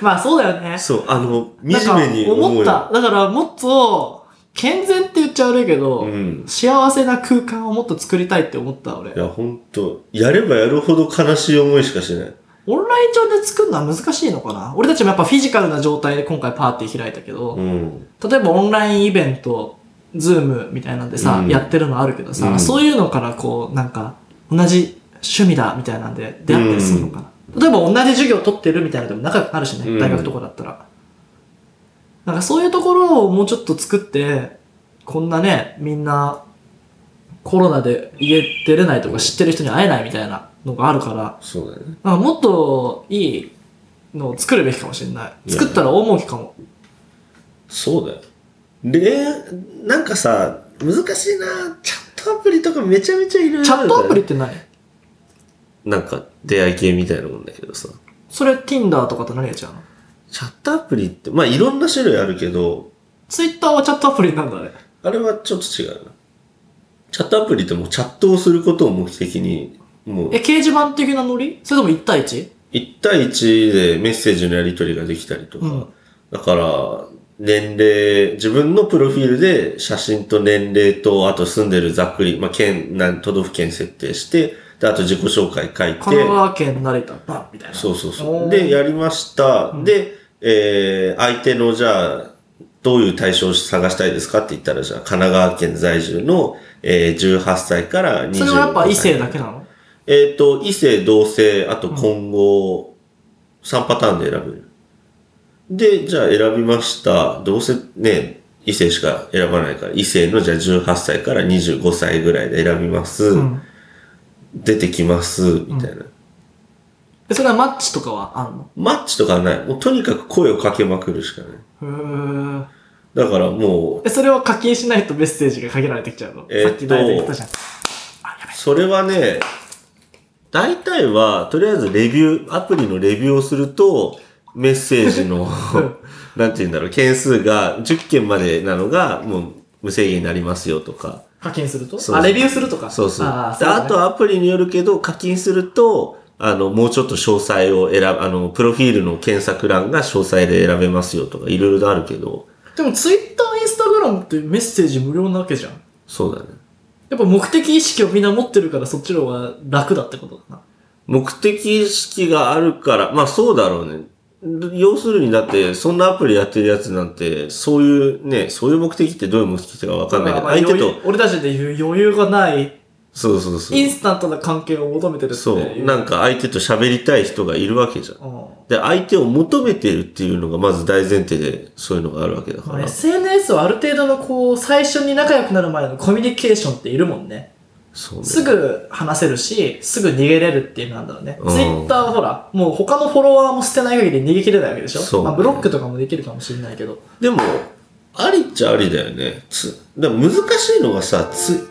B: まあそうだよね
A: ど。そう、あの、
B: なん
A: 惨
B: か
A: めに思うよ
B: 思った。だからもっと、健全って言っちゃ悪いけど、
A: うん。
B: 幸せな空間をもっと作りたいって思った俺
A: い。や、ほんと、やればやるほど悲しい思いしかしない。
B: オンライン上で作るのは難しいのかな俺たちもやっぱフィジカルな状態で今回パーティー開いたけど、
A: うん。
B: 例えばオンラインイベント、ズームみたいなんでさ、
A: うん
B: やってるのあるけどさ、
A: うん
B: そういうのからこう、なんか、同じ趣味だみたいなんで出会ったりするのかな。例えば同じ授業取ってるみたいなのでも仲良くなるし
A: う
B: ね、
A: ん
B: 大学とかだったら。なんかそういうところをもうちょっと作って、こんなね、みんなコロナで家出れないとか知ってる人に会えないみたいなのがあるから、
A: そうだね。
B: なんかもっといいのを作るべきかもしれない。作ったら大儲けかも。
A: そうだよ。で、なんかさ、難しいなチャットアプリとかめちゃめちゃいろいろあるんだよね
B: チャットアプリって何
A: なんか出会い系みたいなもんだけどさ。
B: それ Tinder とかと何が違うの
A: チャットアプリって、まあいろんな種類あるけど、
B: ?Twitter はチャットアプリなんだね。
A: あれはちょっと違うな。チャットアプリってもうチャットをすることを目的に、もう
B: え、掲示板的なノリそれとも1対 1?
A: 1対1でメッセージのやり取りができたりとか、
B: うん
A: だから、年齢、自分のプロフィールで写真と年齢と、あと住んでるざっくり、まあ、県、なん都道府県設定して、で、あと自己紹介書いて、
B: 神奈川県成田バンみたいな。
A: そうそうそ
B: おー
A: う。で、やりました。
B: うん
A: で、えー、相手のじゃあ、どういう対象を探したいですかって言ったら、じゃあ、神奈川県在住の、えー、18歳から25歳。
B: それはやっぱ異性だけなの
A: えっ、と、異性、同性、あと混合、3パターンで選べる。で、じゃあ選びました。どうせね、異性しか選ばないから、異性のじゃあ18歳から25歳ぐらいで選びます。
B: うん。
A: 出てきます、みたいな。
B: で、それはマッチとかはあんの
A: マッチとかはない。もうとにかく声をかけまくるしかない。
B: へー
A: だからもう、
B: え、それは課金しないとメッセージが限られてきちゃうの、
A: えーっと
B: さっき大体言ったじゃん。あ、やばい。
A: それはね、大体は、とりあえずレビュー、アプリのレビューをすると、メッセージ の、なんて言うんだろう、件数が10件までなのが、もう無制限になりますよとか。
B: 課金すると
A: そう
B: あ、レビューするとか。
A: そうそう。
B: あ
A: あ
B: ーそうだね
A: あとはアプリによるけど、課金すると、あの、もうちょっと詳細を選ぶ、あの、プロフィールの検索欄が詳細で選べますよとか、いろいろとあるけど、
B: でも Twitter、Instagram ってメッセージ無料なわけじゃん。
A: そうだね。
B: やっぱ目的意識をみんな持ってるからそっちの方が楽だってことだな。
A: 目的意識があるから、まあそうだろうね。要するにだって、そんなアプリやってるやつなんて、そういうね、そういう目的ってどういう目的かわかんないけど、
B: まあまあ
A: 相手
B: 余
A: と
B: 裕、俺たちで言う余裕がない、
A: そうそうそ
B: イン
A: う。
B: スタントな関係を求めてるっていう。
A: そう。なんか相手と喋りたい人がいるわけじゃん。
B: うん
A: で、相手を求めてるっていうのがまず大前提で、そういうのがあるわけだか
B: まあ
A: ら。
B: SNS はある程度のこう、最初に仲良くなる前のコミュニケーションっているもんね。
A: そうね。
B: すぐ話せるし、すぐ逃げれるっていうのなんだろうね。
A: うん
B: Twitter はほら、もう他のフォロワーも捨てない限り逃げ切れないわけでしょ
A: そうね
B: まあ、ブロックとかもできるかもしれないけど。
A: でも、ありっちゃありだよね。つ、でも難しいのがさ、つ、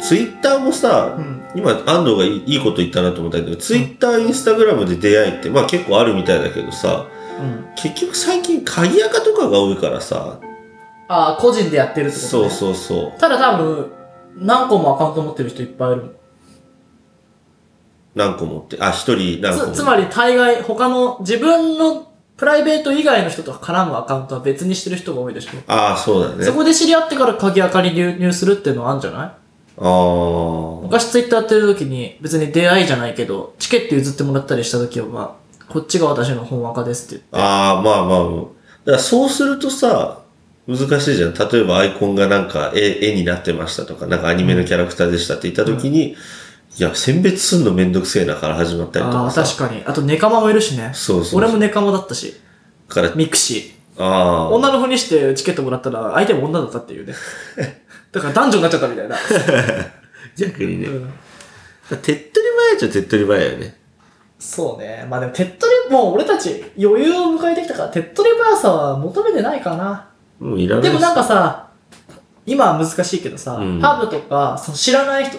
A: ツイッターもさ、
B: うん
A: 今安藤がいいいいこと言ったなと思ったけど、ツイッター、インスタグラムで出会いって、まあ結構あるみたいだけどさ、
B: うん。
A: 結局最近鍵垢とかが多いからさ、
B: ああ、個人でやってるってこと、
A: そ
B: ね、
A: うそうそう。
B: ただ多分、何個もアカウント持ってる人いっぱいいるもん。
A: 何個持って、あ、一人何個持
B: つ
A: って。
B: つまり大概他の自分のプライベート以外の人と絡むアカウントは別にしてる人が多いでしょ、
A: ああ、そうだね
B: そ。こで知り合ってから鍵あかに流入するっていうのはあるんじゃない
A: ああ。
B: 昔ツイッターやってる時に、別に出会いじゃないけど、チケット譲ってもらったりした時は、まあ、こっちが私の本若ですって言って。
A: ああ、まあまあ。だからそうするとさ、難しいじゃん。例えばアイコンがなんか絵絵になってましたとか、なんかアニメのキャラクターでしたって言った時に、いや、選別すんのめんどくせえなから始まったりと
B: ああ
A: かさ。
B: ー、確かに。あと、ネカマもいるしね。
A: そうそうそう。
B: 俺もネカマだったし、
A: から、
B: ミクシー。
A: ああ。
B: 女のふりしてチケットもらったら、相手も女だったっ ていうね。だから男女になっちゃったみたいな。
A: 逆にね。
B: うん
A: 手っ取り早いじゃ手っ取り早いよね。
B: そうね。まあでも、手っ取り、もう俺たち余裕を迎えてきたから、手っ取り早さは求めてないかな。
A: もういらない
B: でもなん
A: か、
B: かさ、今は難しいけどさ、
A: うん
B: ハブとか、その知らない人、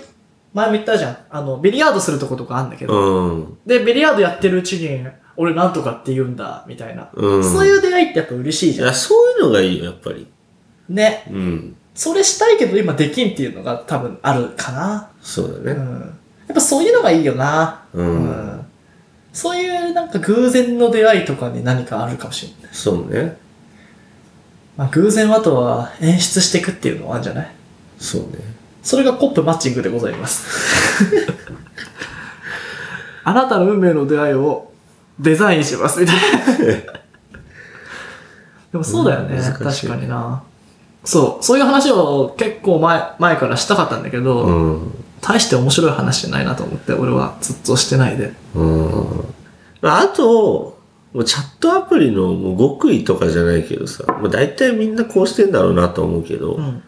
B: 前も言ったじゃん。あの、ビリヤードするとことかあんだけど。
A: うん。
B: で、ビリヤードやってるうちに、俺なんとかって言うんだ、みたいな。
A: うん。
B: そういう出会いってやっぱ嬉しい
A: い
B: じゃ
A: や、そういうのがいいよ、やっぱり。
B: ん。ね。
A: うん。
B: それしたいけど今できんっていうのが多分あるかな。
A: そう
B: う
A: だ
B: ん。
A: ね。
B: やっぱそういうのがいいよな。
A: う。
B: うんそういうなんか偶然の出会いとかに何かあるかもしれない。
A: そうね。
B: まあ偶然はあとは演出していくっていうのはあるんじゃない
A: そうね。
B: それがコップマッチングでございます。 あなたの運命の出会いをデザインしますみたい な。でもそうだよね、
A: うん難しい
B: 確
A: ね
B: かにな。そう、そういう話を結構前前からしたかったんだけど、
A: うん。
B: 大して面白い話じゃないなと思って、俺はずっとしてないで。
A: うん。まああと、もうチャットアプリのもう極意とかじゃないけどさ、もう大体みんなこうしてんだろうなと思うけど、
B: ん。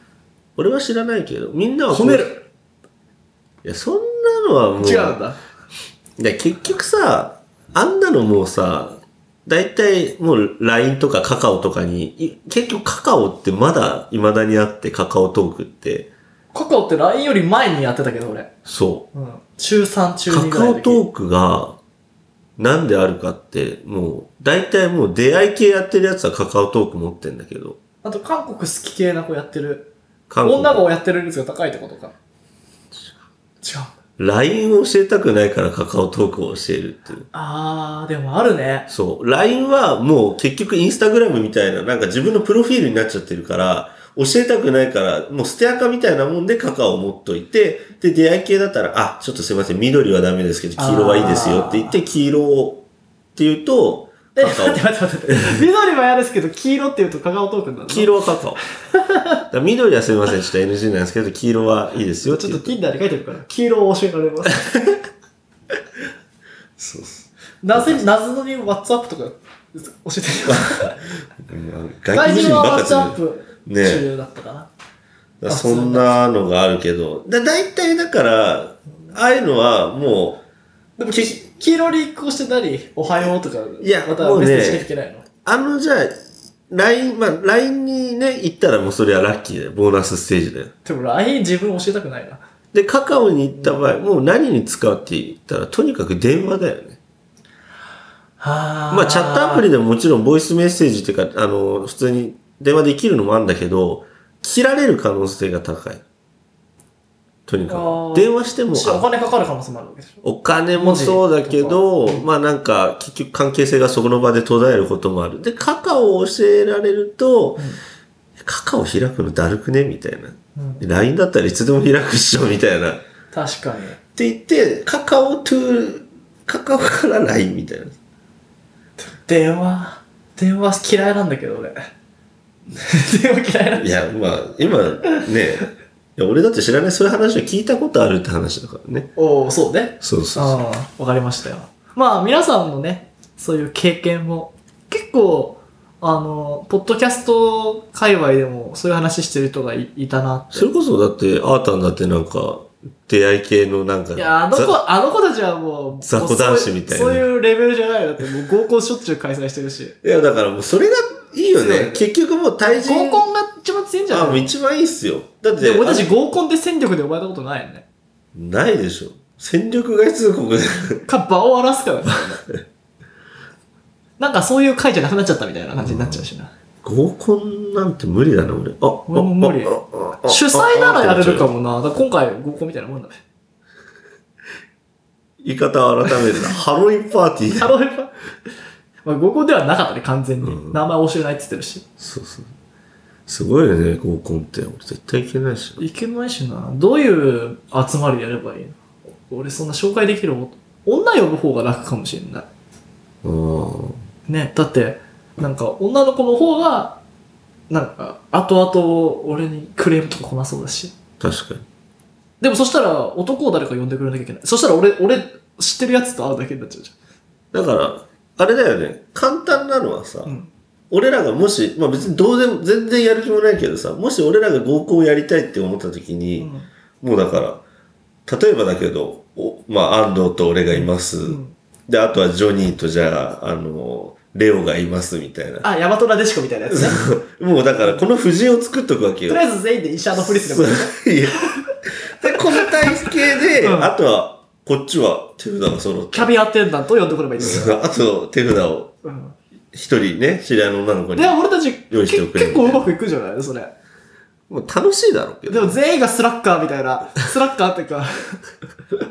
A: 俺は知らないけど、みんなはこう
B: 褒める
A: いや、そんなのはもう、
B: 違うんだ。
A: で結局さ、あんなのもうさ、大体もう LINE とかカカオとかに、い結局カカオってまだ未だにあってカカオトークって、
B: カカオって LINE より前にやってたけど、俺。
A: そ
B: うん。中3、中
A: う。
B: 2
A: カ
B: ぐら
A: カ
B: いの
A: オ
B: 時。
A: トークがなんであるかって、もう大体もう出会い系やってるやつはカカオトーク持ってんだけど、
B: あと、韓国好き系な子やってる。
A: 韓国
B: 女がやってる率が高いってことか。違う。
A: LINE を教えたくないからカカオトークを教えるっていう。
B: あー、でもあるね。
A: そう。LINE はもう結局インスタグラムみたいな、なんか自分のプロフィールになっちゃってるから、教えたくないから、もう捨て垢みたいなもんでカカオを持っといて、で、出会い系だったら、あ、ちょっとすいません、緑はダメですけど、黄色はいいですよって言って、黄色をって言うと、
B: え、
A: カ
B: 待って
A: カ
B: 待って待 って。緑は嫌ですけど、黄色って言うとカカオトークになる
A: オ。
B: の
A: 黄色はカカオ。 だから緑はすいません、ちょっと NG なんですけど、黄色はいいですよって
B: ちょっ
A: 言
B: と
A: うと。
B: Tinder に書いてるから、黄色を教えられます。
A: そうそう
B: なぜ、謎に WhatsApp とか教えてる。
A: うん外
B: 外
A: 国
B: 人
A: 人
B: は
A: ばっか
B: WhatsApp
A: りねえ
B: 中だったかな。
A: だからそんなのがあるけど、だ大体だから、ああいうのはもう、
B: でも、き黄色に移行してたり、おはようとか、
A: いや
B: また
A: もう
B: メッ
A: ね
B: セージしなきゃいけないの。
A: あの、じゃあ、LINE、まあ、LINE にね、行ったらもうそれはラッキーだよ。ボーナスステージだよ。
B: でも、LINE 自分教えたくないな。
A: で、カカオに行った場合、もう何に使うって言ったら、とにかく電話だよね。
B: あ
A: まあ、チャットアプリでももちろんボイスメッセージっていうか、あの、普通に電話できるのもあるんだけど、切られる可能性が高い。とに
B: あ
A: か
B: ー
A: く。電話しても、
B: お金かかる可能性もあるわけでしょ。
A: お金もそうだけ
B: 文
A: ど
B: 字と、か
A: まあなんか結局関係性がそこの場で途絶えることもある。で、カカオを教えられると、カカオ開くのだるくねみたいな。
B: うん、
A: LINE だったらいつでも開くっしょみたいな。っ
B: 確かに。
A: て言って、カカオトゥー、カカオから LINE みたいな。
B: 電話、電話嫌いなんだけど、俺。 電話嫌いなんだ
A: いや、まあ今ね、いや俺だって知らないそういう話を聞いたことあるって話だからね。
B: おおそうね。
A: そうそうそう。
B: ああ、わかりましたよ。まあ、皆さんのね、そういう経験も、結構、あの、ポッドキャスト界隈でも、そういう話してる人がいいたなって
A: そ。れこそだって、アータンだってなんか、出会い系のなんか、
B: いや、あの
A: ざ
B: 子、あの子たちはもう、
A: 雑魚男子みたいな
B: そううそういうレベルじゃないよだって、もう合コンしょっちゅう開催してるし。
A: いや、だからもうそれがいいよ
B: 強い
A: ね
B: ね。
A: 結局もう対人。
B: 合コンが一番強いんじゃ
A: あ、も
B: な
A: う
B: い
A: 一番いいっすよ。だって、
B: で俺たち
A: あ
B: 合コンで戦力で呼ばれたことないよね。
A: ないでしょ。戦力外通告で。
B: か、場を荒らすからね。なんかそういう回じゃなくなっちゃったみたいな感じになっちゃうしな。
A: 合コンなんて無理だな、俺。あ、あ
B: 俺も無理
A: あああ
B: 主催ならやれるか
A: ああ
B: もな。だから今回合コンみたいなもんだね。
A: 言い方を改めてだ。ハロウィンパーティーだ。
B: ハロウィン パーまあ合コンではなかったね、完全に。
A: うん
B: 名前教えないって言ってるし。
A: そうそう。すごいよね、合コンって。俺絶対行けないしな。
B: いけないしな。どういう集まりやればいいの俺そんな紹介できるお女呼ぶ方が楽かもしれない。
A: うん。
B: ね。だって、なんか女の子の方が、なんか、後々俺にクレームとか来なそうだし。
A: 確かに。
B: でもそしたら男を誰か呼んでくれなきゃいけない。そしたら俺、俺知ってるやつと会うだけになっちゃうじ
A: だから、あれだよね。簡単なのはさ、
B: ゃん。うん。
A: 俺らがもし、まあ別にどうでも、全然やる気もないけどさ、もし俺らが合コンやりたいって思った時
B: う
A: に、
B: ん
A: もうだから、例えばだけど、おまあ安藤と俺がいます。
B: うん。
A: で、あとはジョニーとじゃあ、あの、レオがいますみたいな。
B: あ、ヤマトラデシコみたいなやつね。
A: もうだから、この布陣を作っとくわけ
B: と
A: よ
B: りあ。えず全員で医者のフリスでもいいね
A: そういやで、この体型で、
B: うん
A: あとは、こっちは手札が揃っ
B: キャビアアテンダントを呼んでくればいいんですよ。
A: て、 あと手札を
B: うん。
A: 一人ね、知り合いの女の子に
B: で、。俺たち
A: 用意して
B: け
A: おくれ
B: 結構うまくいくじゃないそれ。
A: もう楽しいだろうけ
B: で
A: ど。
B: も全員がスラッカーみたいな、スラッカーっていうか、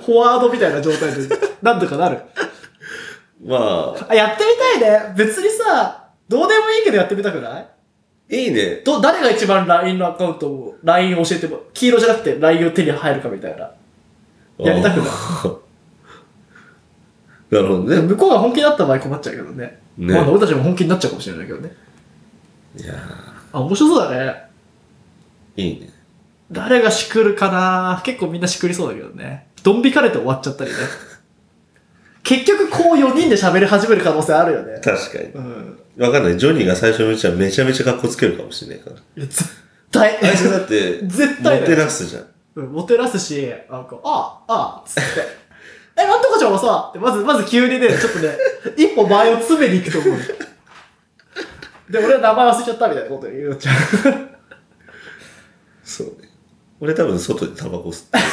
B: フォワードみたいな状態で、なんとかなる。
A: まあ、
B: あ、やってみたいね。別にさ、どうでもいいけどやってみたくない
A: いいね。
B: ど、誰が一番 LINE のアカウントを、LINE を教えても、黄色じゃなくて LINE を手に入るかみたいな。やりたくない
A: い。 なるほどね。
B: 向こうが本気だった場合困っちゃうけどね。
A: ね
B: まあ俺たちも本気になっちゃうかもしれないけどね。
A: いや
B: あ、面白そうだね。
A: ーいいね。
B: 誰がしくるかな結構みんなしくりそうだけどね。ドン引かれて終わっちゃったり ね。結局こう4人で喋り始める可能性あるよね。
A: 確か
B: うん。
A: に。わかんない。ジョニーが最初のうちはめちゃめちゃ格好つけるかもしれないから。
B: いや、絶対。
A: あいつだって、
B: 絶対だよ
A: モテなすじゃん。
B: うんモテらすし、なんか、ああ、ああ、 つって。え、なんとかちゃんはさ、ってまず、まず急にね、ちょっとね、一歩前を詰めに行くと思う。で、俺は名前忘れちゃったみたいなこと言うちゃう。
A: そうね。俺多分外でタバコ吸ってるか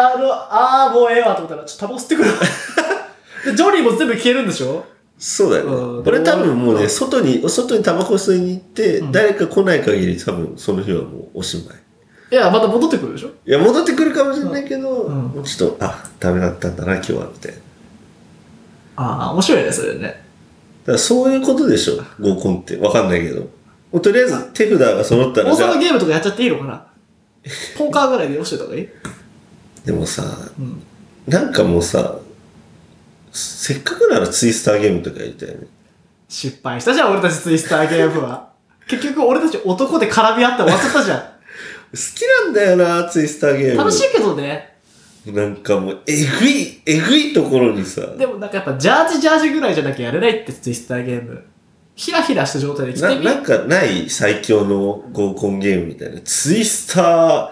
A: ら。
B: あの、ああ、もうええわと思ったら、ちょっとタバコ吸ってくるわ。 で、ジョニーも全部消えるんでしょ
A: そうだよね。
B: うん
A: 俺多分もう
B: う
A: ね、
B: ん
A: 外に、外にタバコ吸いに行って、
B: うん
A: 誰か来ない限り多分その日はもうおしまい。
B: いや、また戻ってくるでしょ
A: いや、戻ってくるかもしれないけど、
B: うんうん
A: もうちょっと、あ、ダメだったんだな、今日は、みたいな。だ
B: ああ、面白いね、それね。
A: からそういうことでしょ、合コンって。わかんないけど。もうとりあえず手札が揃った
B: 大
A: らじゃ
B: 阪
A: あ
B: ゲームとかやっちゃっていいのかな ポーカーぐらいでよしてた方がいい
A: でもさ、
B: うん。
A: なんかもうさ、せっかくならツイスターゲームとかやりたいよね。
B: 失敗したじゃん、俺たちツイスターゲーム は。結局、俺たち男で絡み合って終わっちゃったじゃん。
A: 好きなんだよな、ツイスターゲーム。
B: 楽しいけどね。
A: なんかもう、えぐい、えぐいところにさ、
B: でもなんかやっぱジャージジャージぐらいじゃなきゃやれないってツイスターゲーム。ひらひらした状態で来て
A: な
B: み
A: なんかない最強の合コンゲームみたいな。ツイスター、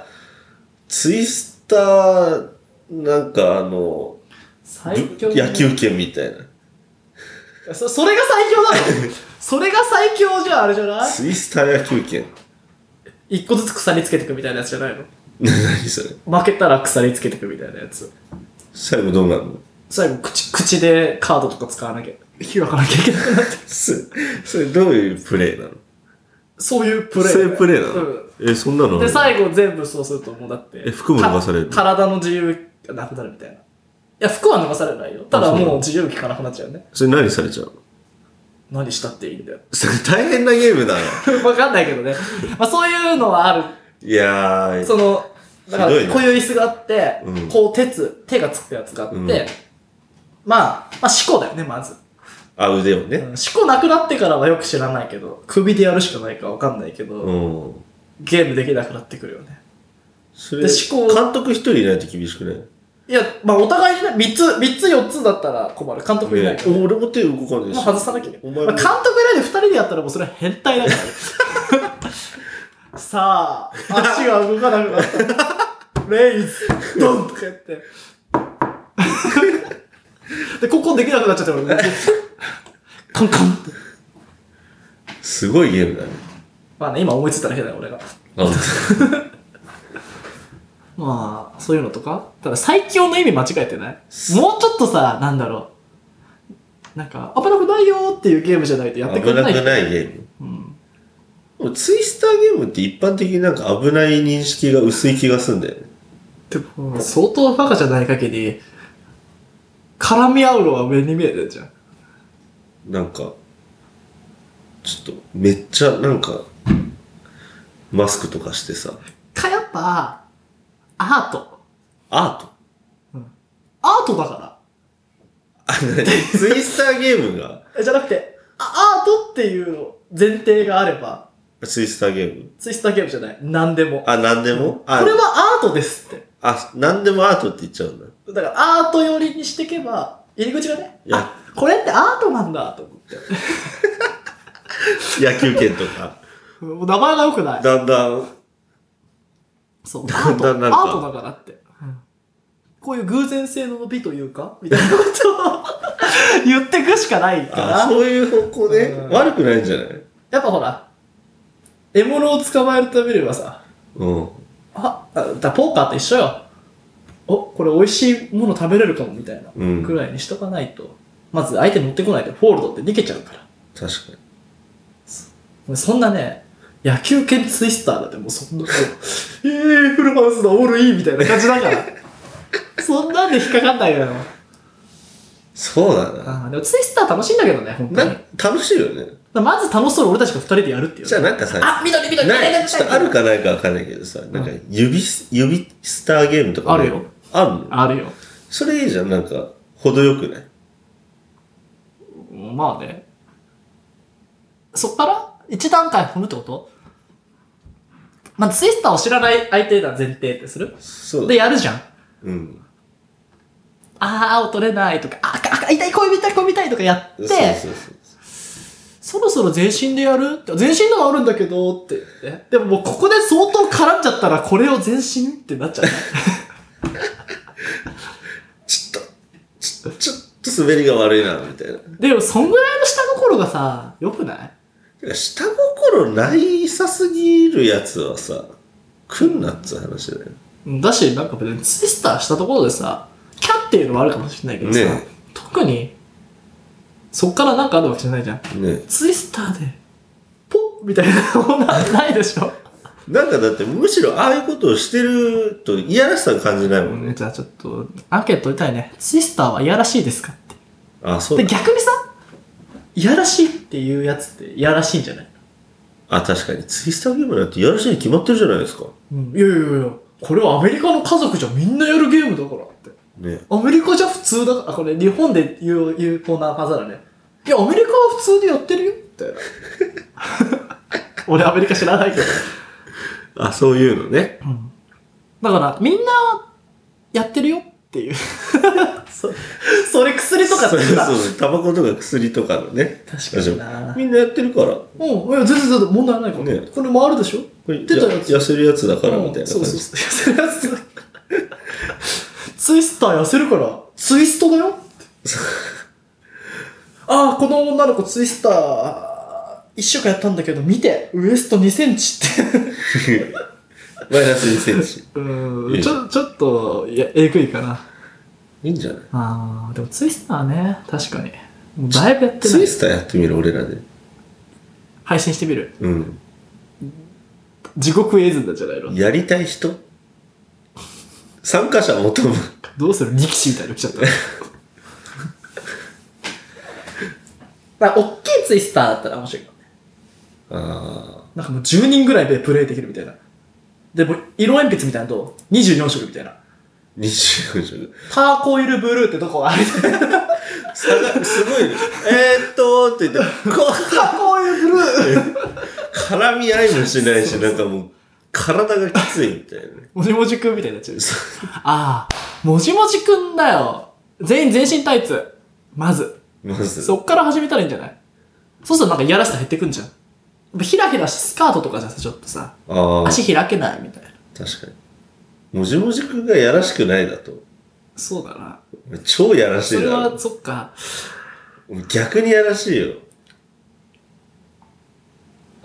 A: ツイスター、なんかあの、
B: 最強
A: ぶ野球拳みたいな。
B: そ。それが最強 なのそれが最強じゃあれじゃない
A: ツイスター野球拳。
B: 一個ずつ鎖つけてくみたいなやつじゃないの
A: 何それ
B: 負けたら鎖つけてくみたいなやつ。
A: 最後どうなるの
B: 最後口、口でカードとか使わなきゃ、開かなきゃいけなくなって。
A: すそれどういうプレイなの
B: そういうプレイ。
A: そういうプレイなの、
B: うん
A: え、そんなのある
B: で、最後全部そうするともうだって。
A: え服も脱がされる
B: た体の自由がなくなるみたいな。いや、服は脱がされないよ。ただ
A: あそうな
B: もう
A: の
B: 自由聞かなくなっちゃうね。
A: それ何されちゃうの
B: 何したっていいんだよ。
A: それ大変なゲームだな。
B: わかんないけどね。まあそういうのはある。
A: いやー、
B: その、だから、
A: ひどいね
B: こういう椅子があって、
A: うん
B: こう手つ、手がつくやつがあって、
A: うん
B: まあ、まあ、四股だよね、まず。
A: あ、腕をね。
B: うん四股なくなってからはよく知らないけど、首でやるしかないかわかんないけど、
A: うん。
B: ゲームできなくなってくるよね。
A: それ、
B: で思考
A: 監督一人いないと厳しくない
B: いや、まあお互いにね、三つ、三つ四つだったら困る。監督いない
A: ね
B: からね、
A: 俺も手動かないし。
B: まあ外さなきゃいけ
A: お
B: ない。
A: 前
B: ま
A: も
B: あ、監督いないで二人でやったらもうそれは変態だ から。さあ、足が動かなくなった。レイズ、ドンとか やって。で、ここできなくなっちゃったからね。カンカンって。
A: すごいゲームだね。
B: まあね、今思いついただけだよ、俺が。まあ、そういうのとか。ただ、最強の意味間違えてないもうちょっとさ、なんだろう。なんか、危なくないよーっていうゲームじゃないとやってく
A: 危な
B: れない。
A: くないゲーム。
B: うん。
A: でもツイスターゲームって一般的になんか危ない認識が薄い気がすんだよね。
B: でも、相当バカじゃない限り、絡み合うのは目に見えてるじゃん。
A: なんか、ちょっと、めっちゃなんか、マスクとかしてさ、
B: か、やっぱ、アート。
A: アート
B: アートだか
A: あ、なにツイスターゲームが、
B: ら。じゃなくて、あアートっていう前提があれば、
A: ツイスターゲーム
B: ツイスターゲームじゃない。何でも。
A: あ、なんでもあ
B: これはアートですって。
A: あ、なんでもアートって言っちゃうんだ。
B: だから、アート寄りにしていけば、入り口がね
A: い、や
B: あ、これってアートなんだと思って。
A: 野球拳とか。
B: もう名前が良くない。
A: だんだん、
B: そう、ア
A: だ
B: ー
A: ん
B: ト、
A: だん なんか
B: アートだからって。こういう偶然性の美というか、みたいな ことを言ってくしかないか
A: あ
B: ら。
A: そういう方向で
B: うん
A: 悪くないんじゃない
B: やっぱほら、獲物を捕まえるためにはさ、
A: うん。
B: あ、あだポーカーと一緒よ。お、これ美味しいもの食べれるかもみたいな。
A: うん
B: くらいにしとかないと。まず相手乗ってこないで、フォールドって逃げちゃうから。
A: 確かに。
B: そんなね、野球犬ツイスターだってもうそんな、 もうえー、フルハウスだ、オールいいみたいな感じだから。 そんなんで引っかかんないよ。
A: そうだな。
B: あーでもツイスター楽しいんだけどね、本当に
A: な。、楽しいよね。
B: まず楽しそうに俺たちが二人でやるっていう。
A: じゃあなんかさ、
B: あ、緑緑
A: な
B: 緑緑
A: い、ちょっとあるかないかわかんないけどさ、なんか指す、指スターゲームとかね
B: あるよ。
A: あるの
B: あるよ。
A: それいいじゃん、なんか、程よくない
B: まあね。そっから一段階踏むってことまあ、ツイスターを知らない相手だ前提ってする
A: そう
B: で、
A: だ。
B: やるじゃん。
A: うん。
B: ああ、青取れないとか、あー、赤、痛い、恋たい、恋たいとかやって、
A: そうそ
B: そ
A: うそう。
B: ろそろ全身でやるって全身のはあるんだけどって言って。でももうここで相当絡んじゃったら、これを全身ってなっちゃう ね。
A: ちょっと、ちょちょっと滑りが悪いな、みたいな。
B: でも、そんぐらいの下心がさ、良くない
A: てか下心ないさすぎるやつはさ、来んなっつう話だよ。
B: うんだし、なんか別にツイスターしたところでさ、キャっていうのもあるかもしれないけどさ、
A: ね
B: 特に、そっからなんかあるわけじゃないじゃん。
A: ね
B: ツイスターで、ポッみたいなものはないでしょ。
A: なんかだってむしろああいうことをしてるといやらしさ感じないもんね。
B: じゃあちょっと、アンケート取りたいね。ツイスターはいやらしいですかって。
A: あ、そう
B: で、
A: だ。
B: 逆にさ、いやらしいっていうやつっていやらしいんじゃない
A: あ、確かに。ツイスターゲームなんていやらしいに決まってるじゃないですか。
B: うん。いやいやいや、これはアメリカの家族じゃみんなやるゲームだからって。
A: ね
B: アメリカじゃ普通だから、これ日本で有有効な技だね。いや、アメリカは普通でやってるよ、みたいな。 俺アメリカ知らないけど。
A: あ、そういうのね。
B: だから、みんなやってるよっていう。 そそれ薬とかって
A: そう
B: さ
A: そうそう。タバコとか薬とかのね。
B: 確かにな
A: みんなやってるから。
B: うん、いや、全然全然問題ないから。
A: ね
B: これ回るでしょ
A: これや
B: 出たやつ
A: 痩せるやつだからみたいな感
B: うん
A: じ。
B: そうそうそう。痩せるやつツイスター痩せるから、ツイストだ よああ、この女の子ツイスター、一週間やったんだけど、見て、ウエスト2センチって。
A: マイナス2センチ。
B: うん、ちょ、ちょっと、いや、えぐいかな。
A: いいんじゃない
B: ああ、でもツイスターね、確かに。もうだいぶやって
A: ツ
B: な
A: イ
B: い。
A: スターやってみる俺らで。
B: 配信してみる。
A: うん。
B: 地獄絵図だじゃないの。
A: やりたい人参加者求む。
B: どうする力士みたいなの来ちゃった。 まあ、大きいツイスターだったら面白いかもね。
A: あ
B: なんかもう10人ぐらいでプレイできるみたいな。で、もう色鉛筆みたいなのと24色みたいな。
A: ー、24色。
B: ターコイルブルーってとこがあるみたいな。
A: すごいね。えーっとーって言って、こ
B: ターコイルブルー
A: う、 絡み合いもしないし、なんかもう、体がきついみたいなね。
B: もじもじくんみたいになっちゃう。
A: そ
B: ああ、もじもじくんだよ。全員全身タイツ。まず。
A: まず、
B: そっから始めたらいいんじゃないそうするとなんかいやらしさ減ってくんじゃん。やっぱひらひらしスカートとかじゃさ、ちょっとさ、
A: ああ、
B: 足開けないみたいな。
A: 確かに。もじもじくんがやらしくないだと。
B: そうだな。
A: 超やらし
B: そ
A: い
B: れ
A: だ
B: は、
A: ろ。
B: そっか。
A: 逆にやらしいよ。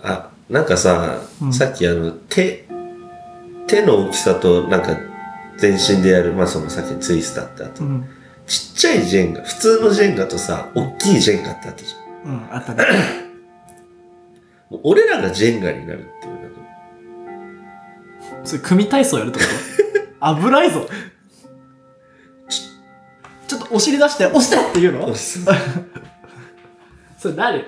A: あ、なんかさ、
B: うん
A: さっきあの、手、手の大きさと、なんか、全身でやる、まあそのさっきツイスターってあった
B: うん。
A: ちっちゃいジェンガ、普通のジェンガとさ、大きいジェンガってあったじゃん。
B: うん、あったね。
A: もう俺らがジェンガになるっていうなんか
B: それ組体操やるってこと危ないぞちょっとお尻出して押してって言うの
A: そう
B: それ誰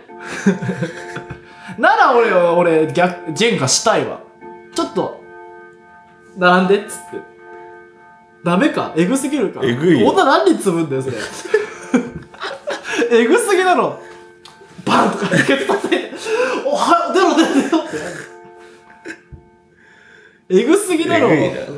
B: なら俺は、俺、逆、ジェンガしたいわ。ちょっと、並んでっつって。ダメか。エグすぎるか。
A: エグいよ
B: 女何人積むんだよ、それ。エグすぎだろ。バンとかってケツ叩いて。おは、出ろ出ろ出ろってなる。エグすぎだろ。
A: エグいな
B: う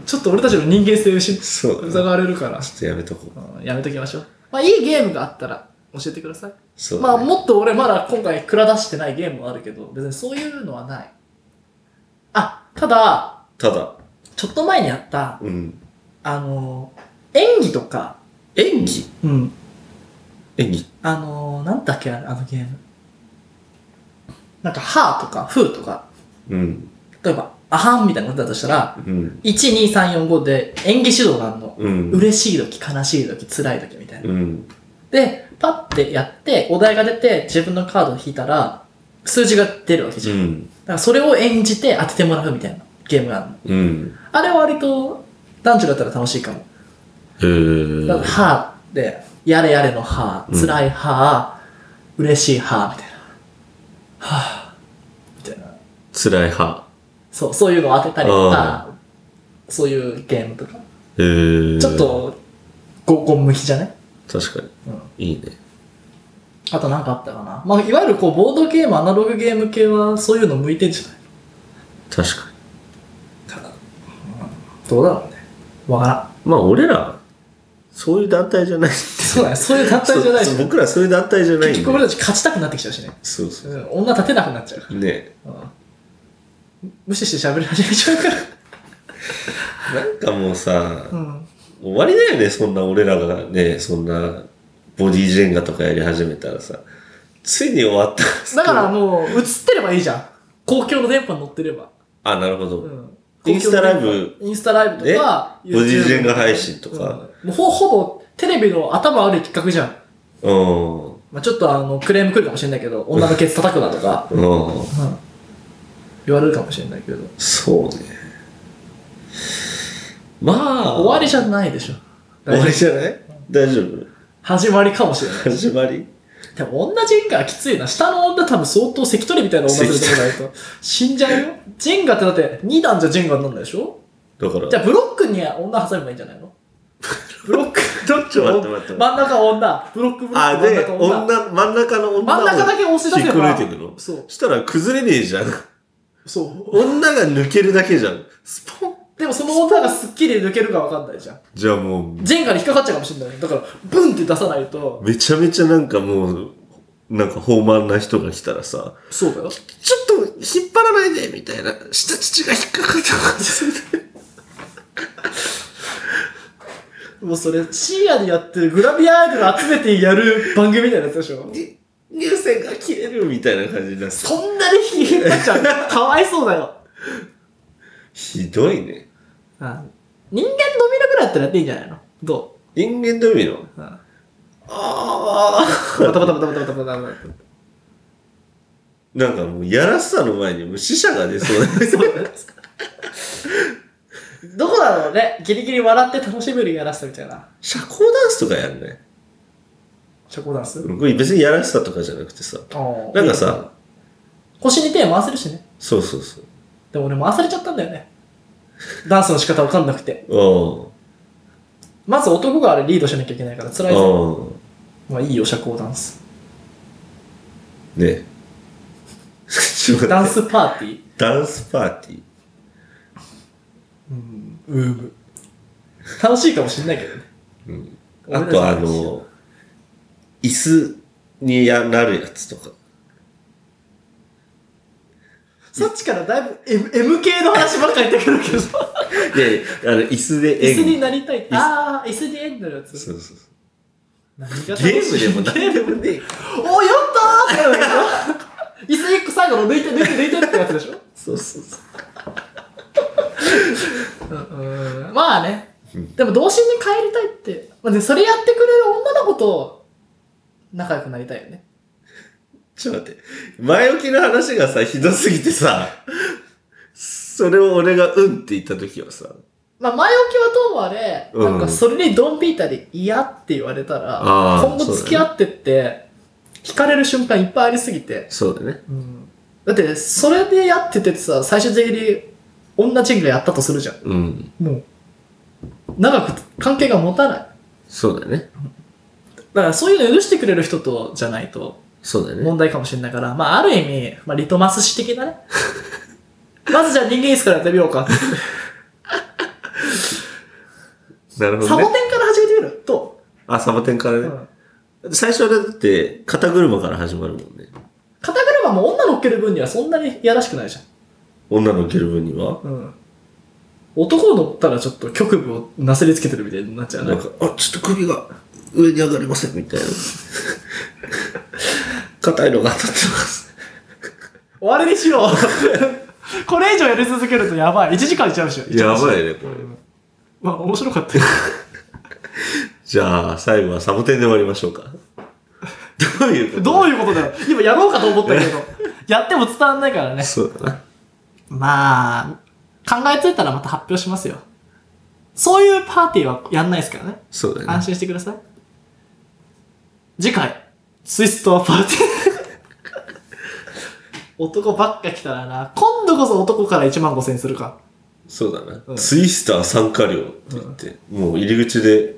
B: んちょっと俺たちの人間性を失
A: そうだ
B: 疑
A: な。
B: われるから。
A: ちょっとやめとこう。
B: うんやめときましょう。まあ、いいゲームがあったら教えてください。
A: そう
B: まあ、
A: だね、
B: もっと俺まだ今回蔵出してないゲームもあるけど、別にそういうのはない。あ、ただ、
A: ただ、
B: ちょっと前にやった、
A: うん。
B: あのー、演技とか、
A: 演技
B: うん。
A: 演技
B: あのー、なんだっけ、あのあのゲーム。なんか、はーとか、ふーとか、
A: うん。
B: 例えば、あはんみたいなことだとしたら、
A: うん。
B: 1、2、3、4、5で演技指導があるの。
A: うん。
B: 嬉しい時、悲しい時、辛い時みたいな。
A: うん。
B: で、パッてやって、お題が出て、自分のカードを引いたら、数字が出るわけじ
A: う
B: ゃん。だ
A: ん。
B: からそれを演じて当ててもらうみたいなゲームがあるの。
A: うん。
B: あれは割と、男女だったら楽しいかも。
A: え
B: だから、
A: ー。
B: はぁで、やれやれのは
A: う
B: ぁ、
A: ん
B: 辛いはぁ、嬉しいはぁ、みたいな。はぁ、みたいな。
A: 辛い派。
B: そう、そういうのを当てたりとか、そういうゲームとか。
A: えー。
B: ちょっ。と、合コン向きじゃね
A: 確か
B: うん。
A: に。いいね。
B: あとなんかあったかな。まあ、いわゆるこう、ボードゲーム、アナログゲーム系は、そういうの向いてんじゃない
A: 確かに。
B: どうだろうね。わからん。
A: まあ、俺ら、そういう団体じゃないって。
B: そうだね。そういう団体じゃない
A: そう
B: し、
A: そう僕らそういう団体じゃないん
B: 結
A: で
B: 局俺たち勝ちたくなってきちゃうしね。
A: そうそう
B: うん女立てなくなっちゃうか
A: ね
B: ら。うん無視して喋り始めちゃ うから。
A: なんかもうさ、
B: うん。
A: 終わりだよねそんな俺らがねそんなボディジェンガとかやり始めたらさついに終わった
B: だからもう、映ってればいいじゃん。公共の電波に乗ってれば。
A: あなるほ
B: う
A: ど、
B: ん。
A: インスタライブ
B: インスタライブとか、
A: ねボディジェンガ配信とか。
B: うんもうほほぼ、テレビの頭悪い企画じゃん。
A: うんうん
B: まあちょっとあの、クレーム来るかもしれないけど、女のケツ叩くなとか、うん言われるかもしれないけど。
A: そうねま あ
B: 終わりじゃないでしょ。
A: 終わりじゃない大丈夫
B: 始まりかもしれない。
A: 始まり
B: でも女ジェンガはきついな。下の女多分相当関取みたいな女連れてこないと。死んじゃうよ。ジェンガってだって2段じゃジェンガになるんでしょ
A: だから
B: じゃあブロックに女挟めばいいんじゃないのブロック、どっち
A: ち ょっと待って待って
B: 真ん中女、ブロックブロッ
A: あ
B: ク真ん
A: で
B: 中女。
A: 女真ん中の女を
B: 真ん中だけ押し出せば
A: 引っこ抜いていくの
B: そう
A: したら崩れねえじゃん
B: そう。
A: 女が抜けるだけじゃんスポン
B: でもその女がスッキリ抜けるかわかんないじゃん。
A: じゃあもう
B: ジェンガに引っかかっちゃうかもしれない。だから、ブンって出さないと、
A: めちゃめちゃなんかもう、なんか豊満な人が来たらさ、
B: そうだよ。
A: ちょっと引っ張らないでみたいな、下乳が引っかかった感じする。
B: もうそれ、深夜でやってるグラビアアイドル集めてやる番組みたいなやつでしょ
A: に乳腺が切れるみたいな感じになって
B: そんなに引っ張っちゃう。かわいそうだよ。
A: ひどいね。
B: あ人間ドミノぐらいだったらやっていいんじゃないのど
A: 人間ドミノ
B: うあ
A: あ
B: バタバタバタバタバタバタバタ。
A: あ。なんかもう、やらしさの前にもう死者が出そうだね
B: どこだろうね。ギリギリ笑って楽しめるやらせたみたいな。
A: 社交ダンスとかやるね。
B: 社交ダンス、
A: これ別にやらしさとかじゃなくてさ。なんかさ、
B: 腰に手回せるしね。
A: そうそうそう。
B: でも俺回されちゃったんだよね。ダンスの仕方わかんなくて。
A: うん。
B: まず男があれリードしなきゃいけないから辛いぞ。
A: うん。
B: まあいいよ、社交ダンス。
A: ね。ちょっと待って
B: ダンスパーティー。
A: ダンスパーティー。
B: うん。うーむ。楽しいかもしんないけどね。
A: うん
B: 俺
A: あ
B: らじ
A: と
B: ゃ
A: あ
B: ないし
A: の、椅子にやなるやつとか。
B: そっちからだいぶ M, M 系の話ばっかり言ってくるけど。
A: いやいや、あの、椅子で
B: 椅
A: 演
B: 子に
A: 技。
B: なりたい。ああ、椅子に縁のやつ。
A: そうそうそう
B: 何が楽しい
A: ゲームでも
B: ゲ
A: 何
B: ー
A: で
B: ム
A: もねえ。
B: おー、やったーってなるでしょ椅子一個最後の抜いて抜いて抜いてってやつでしょ
A: そうそうそう。
B: うんうんまあね
A: うん。
B: でも童心に帰りたいって。まあ、でそれやってくれる女の子と仲良くなりたいよね。
A: ちょっと待って。前置きの話がさ、ひどすぎてさ、それを俺がうんって言った時はさ、
B: まあ、前置きはともあれ、
A: うん
B: なんかそれにドンピータで嫌って言われたら、
A: あー
B: 今後付き合ってって、惹かれる瞬間いっぱいありすぎて、
A: そうだね。
B: うんだって、それでやっててさ、最終的に同じぐらいやったとするじゃ
A: うん。
B: ん。もう、長く関係が持たない。
A: そうだね。
B: だからそういうの許してくれる人と、じゃないと
A: そうだね。
B: 問題かもしれないから、まあある意味、まあリトマス紙的なね。 まずじゃあ人間椅子からやってみようかって。
A: なるほ
B: サ
A: ど
B: ボテン
A: ね。
B: から始めてみると、
A: あ、サボテンから
B: う
A: ね。
B: ん
A: 最初はだって、肩車から始まるもんね。
B: 肩車も女乗っける分にはそんなにいやらしくないじ
A: 女の受ける分には。
B: ゃん。うん。男乗ったらちょっと局部をなすりつけてるみたいになっちゃうね
A: なんか、あ、ちょっと首が上に上がりません、みたい な。硬いのが当たってます。
B: 終わりにしよう これ以上やり続けるとやばい1時間いっちゃうでしょ
A: やばい
B: ね
A: ね、これ。
B: まあ面白かったよ
A: じゃあ、最後はサボテンで終わりましょうか。どういうこと
B: どういうことだよ今やろうかと思ったけどやっても伝わんないからね
A: そうだな。
B: まあ考えついたらまた発表しますよそういうパーティーはやんないですからね
A: そうだ
B: 安
A: ね。
B: 心してください次回ツイストアパーティー 男ばっか来たらな今度こそ男から1万5千するか
A: そうだな、
B: うん
A: ツイスター参加料って言って、もう入り口で、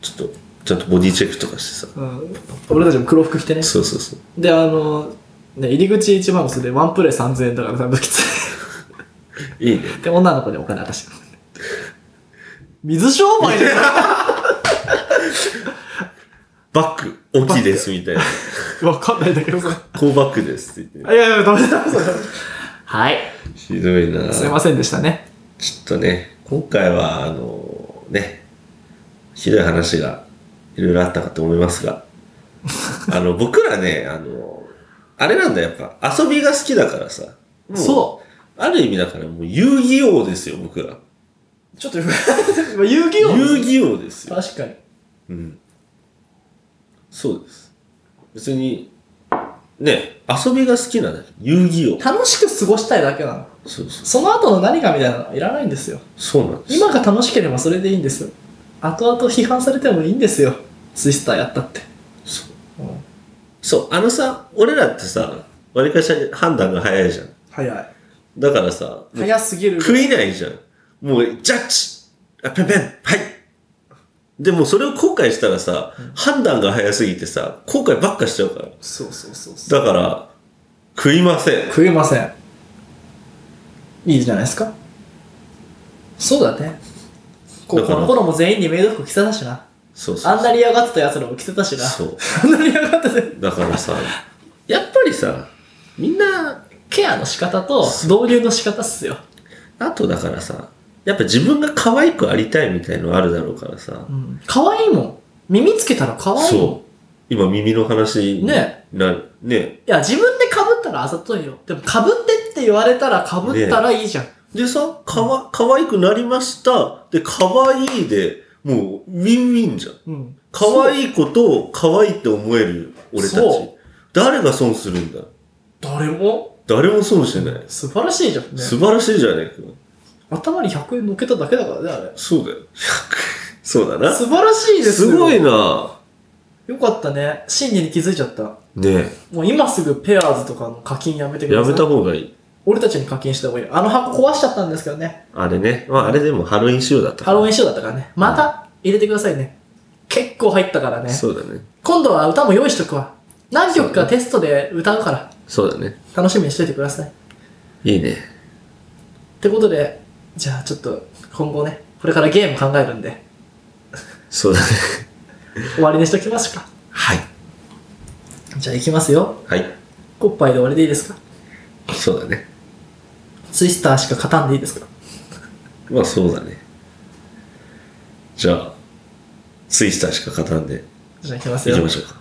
A: ちょっと、ちゃんとボディチェックとかしてさ。
B: うん俺たちも黒服着てね
A: そうそうそう。
B: であのね入り口1万5でワンプレイ3000円だからさ武器つ
A: いいね。
B: で女の子にお金渡してくる水商売じ ゃな
A: バック、大きいです、みたいな。
B: いわかんないんだけどさ
A: こうバックですって言って。
B: あいやいやダメだそれはい
A: ひどいな
B: すいませんでしたね
A: ちょっとね、今回は、あの、ね、ひどい話がいろいろあったかと思います が、あの、僕らね、あの、あれなんだよ、やっぱ、遊びが好きだからさ。う。
B: そ
A: ある意味だから、もう遊戯王ですよ、僕ら。
B: うちょっと 今遊戯王
A: 遊戯王ですよ。
B: 確かに
A: うん。そうです。別に、ね、遊びが好きなだけ。遊戯王。
B: 楽しく過ごしたいだけなの
A: そうそう。
B: その後の何かみたいなのはいらないんですよ
A: そうなんです。
B: 今が楽しければそれでいいんですよ後々批判されてもいいんですよツイスターやったって、
A: そう
B: うん、
A: そう、あのさ、俺らってさ、わりかし判断が早いじゃん。
B: 早い
A: だからさ、もう
B: 早すぎる
A: 食いないじゃん。もう、ジャッジあ、ペンペンはいでもそれを後悔したらさ、判断が早すぎてさ、後悔ばっかしちゃうから。
B: そうそうそうそう
A: だから、食いません。
B: 食えませんいいじゃないですかそうだね高校の頃も全員にメイド服着せたしな
A: そうそう。
B: あんなに嫌がってたやつらも着せたしな
A: そう。
B: あんなに嫌がってた
A: だからさ、やっぱりさ、みんな、
B: ケアの仕方と導入の仕方っすよ、
A: あとだからさ、やっぱ自分が可愛くありたいみたいのあるだろうからさ
B: う、ん、かわいいもん耳つけたらかわいいも
A: そう。今耳の話
B: んね
A: になる。ね
B: いや自分でかぶったらあざといよでもかぶってって言われたらかぶったらいいじゃん、
A: でさ、かわ、可愛くなりました。で、可愛いで、もう、ウィンウィンじゃん。
B: うん
A: 可
B: い
A: 愛いことを可愛いって思える、俺たち
B: そ。
A: 誰が損するんだ
B: 誰も
A: 誰も損してない。
B: 素晴らしいじゃんね
A: 素晴らしいじゃねえか。
B: 頭に100円のっけただけだからねあれ
A: そうだよ。 そうだな。
B: 素晴らしいですよ
A: すごいな
B: よかったね。真理に気づいちゃった。
A: ね
B: もう今すぐペアーズとかの課金やめて
A: え
B: くだ
A: や
B: さい。
A: めた方がいい。
B: 俺たちに課金した方がいい。あの箱壊しちゃったんですけどね。
A: あれね。まあ、あれでもハロウィン仕様だったか
B: ハ
A: ら。
B: ロウィン仕様だったからね。また入れてくださいね。結構入ったからね。
A: そうだね。
B: 今度は歌も用意しとくわ。何曲かテストで歌うから、
A: そうだね。
B: 楽しみにしといてください。っ
A: いいね。
B: てことで、じゃあちょっと今後ね、これからゲーム考えるんで、
A: そうだね。
B: 終わりにしときますか。
A: はい。
B: じゃあ行きますよ。
A: はい。
B: コッパイで終わりでいいですか
A: そうだね。
B: ツイスターしか勝たんでいいですか
A: まあそうだね。じゃあ、ツイスターしか勝たんで、
B: じゃあ行きます
A: い
B: よ
A: きま。しょうか。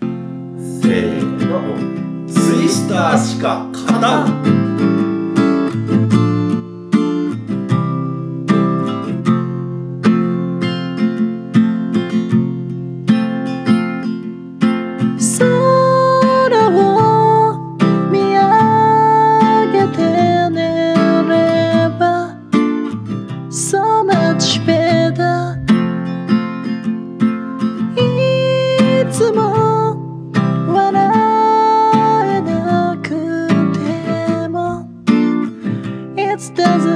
A: せーの。ツイスターしか勝たん
C: 空を見上げて寝れば So much better いつも笑えなくて
B: just as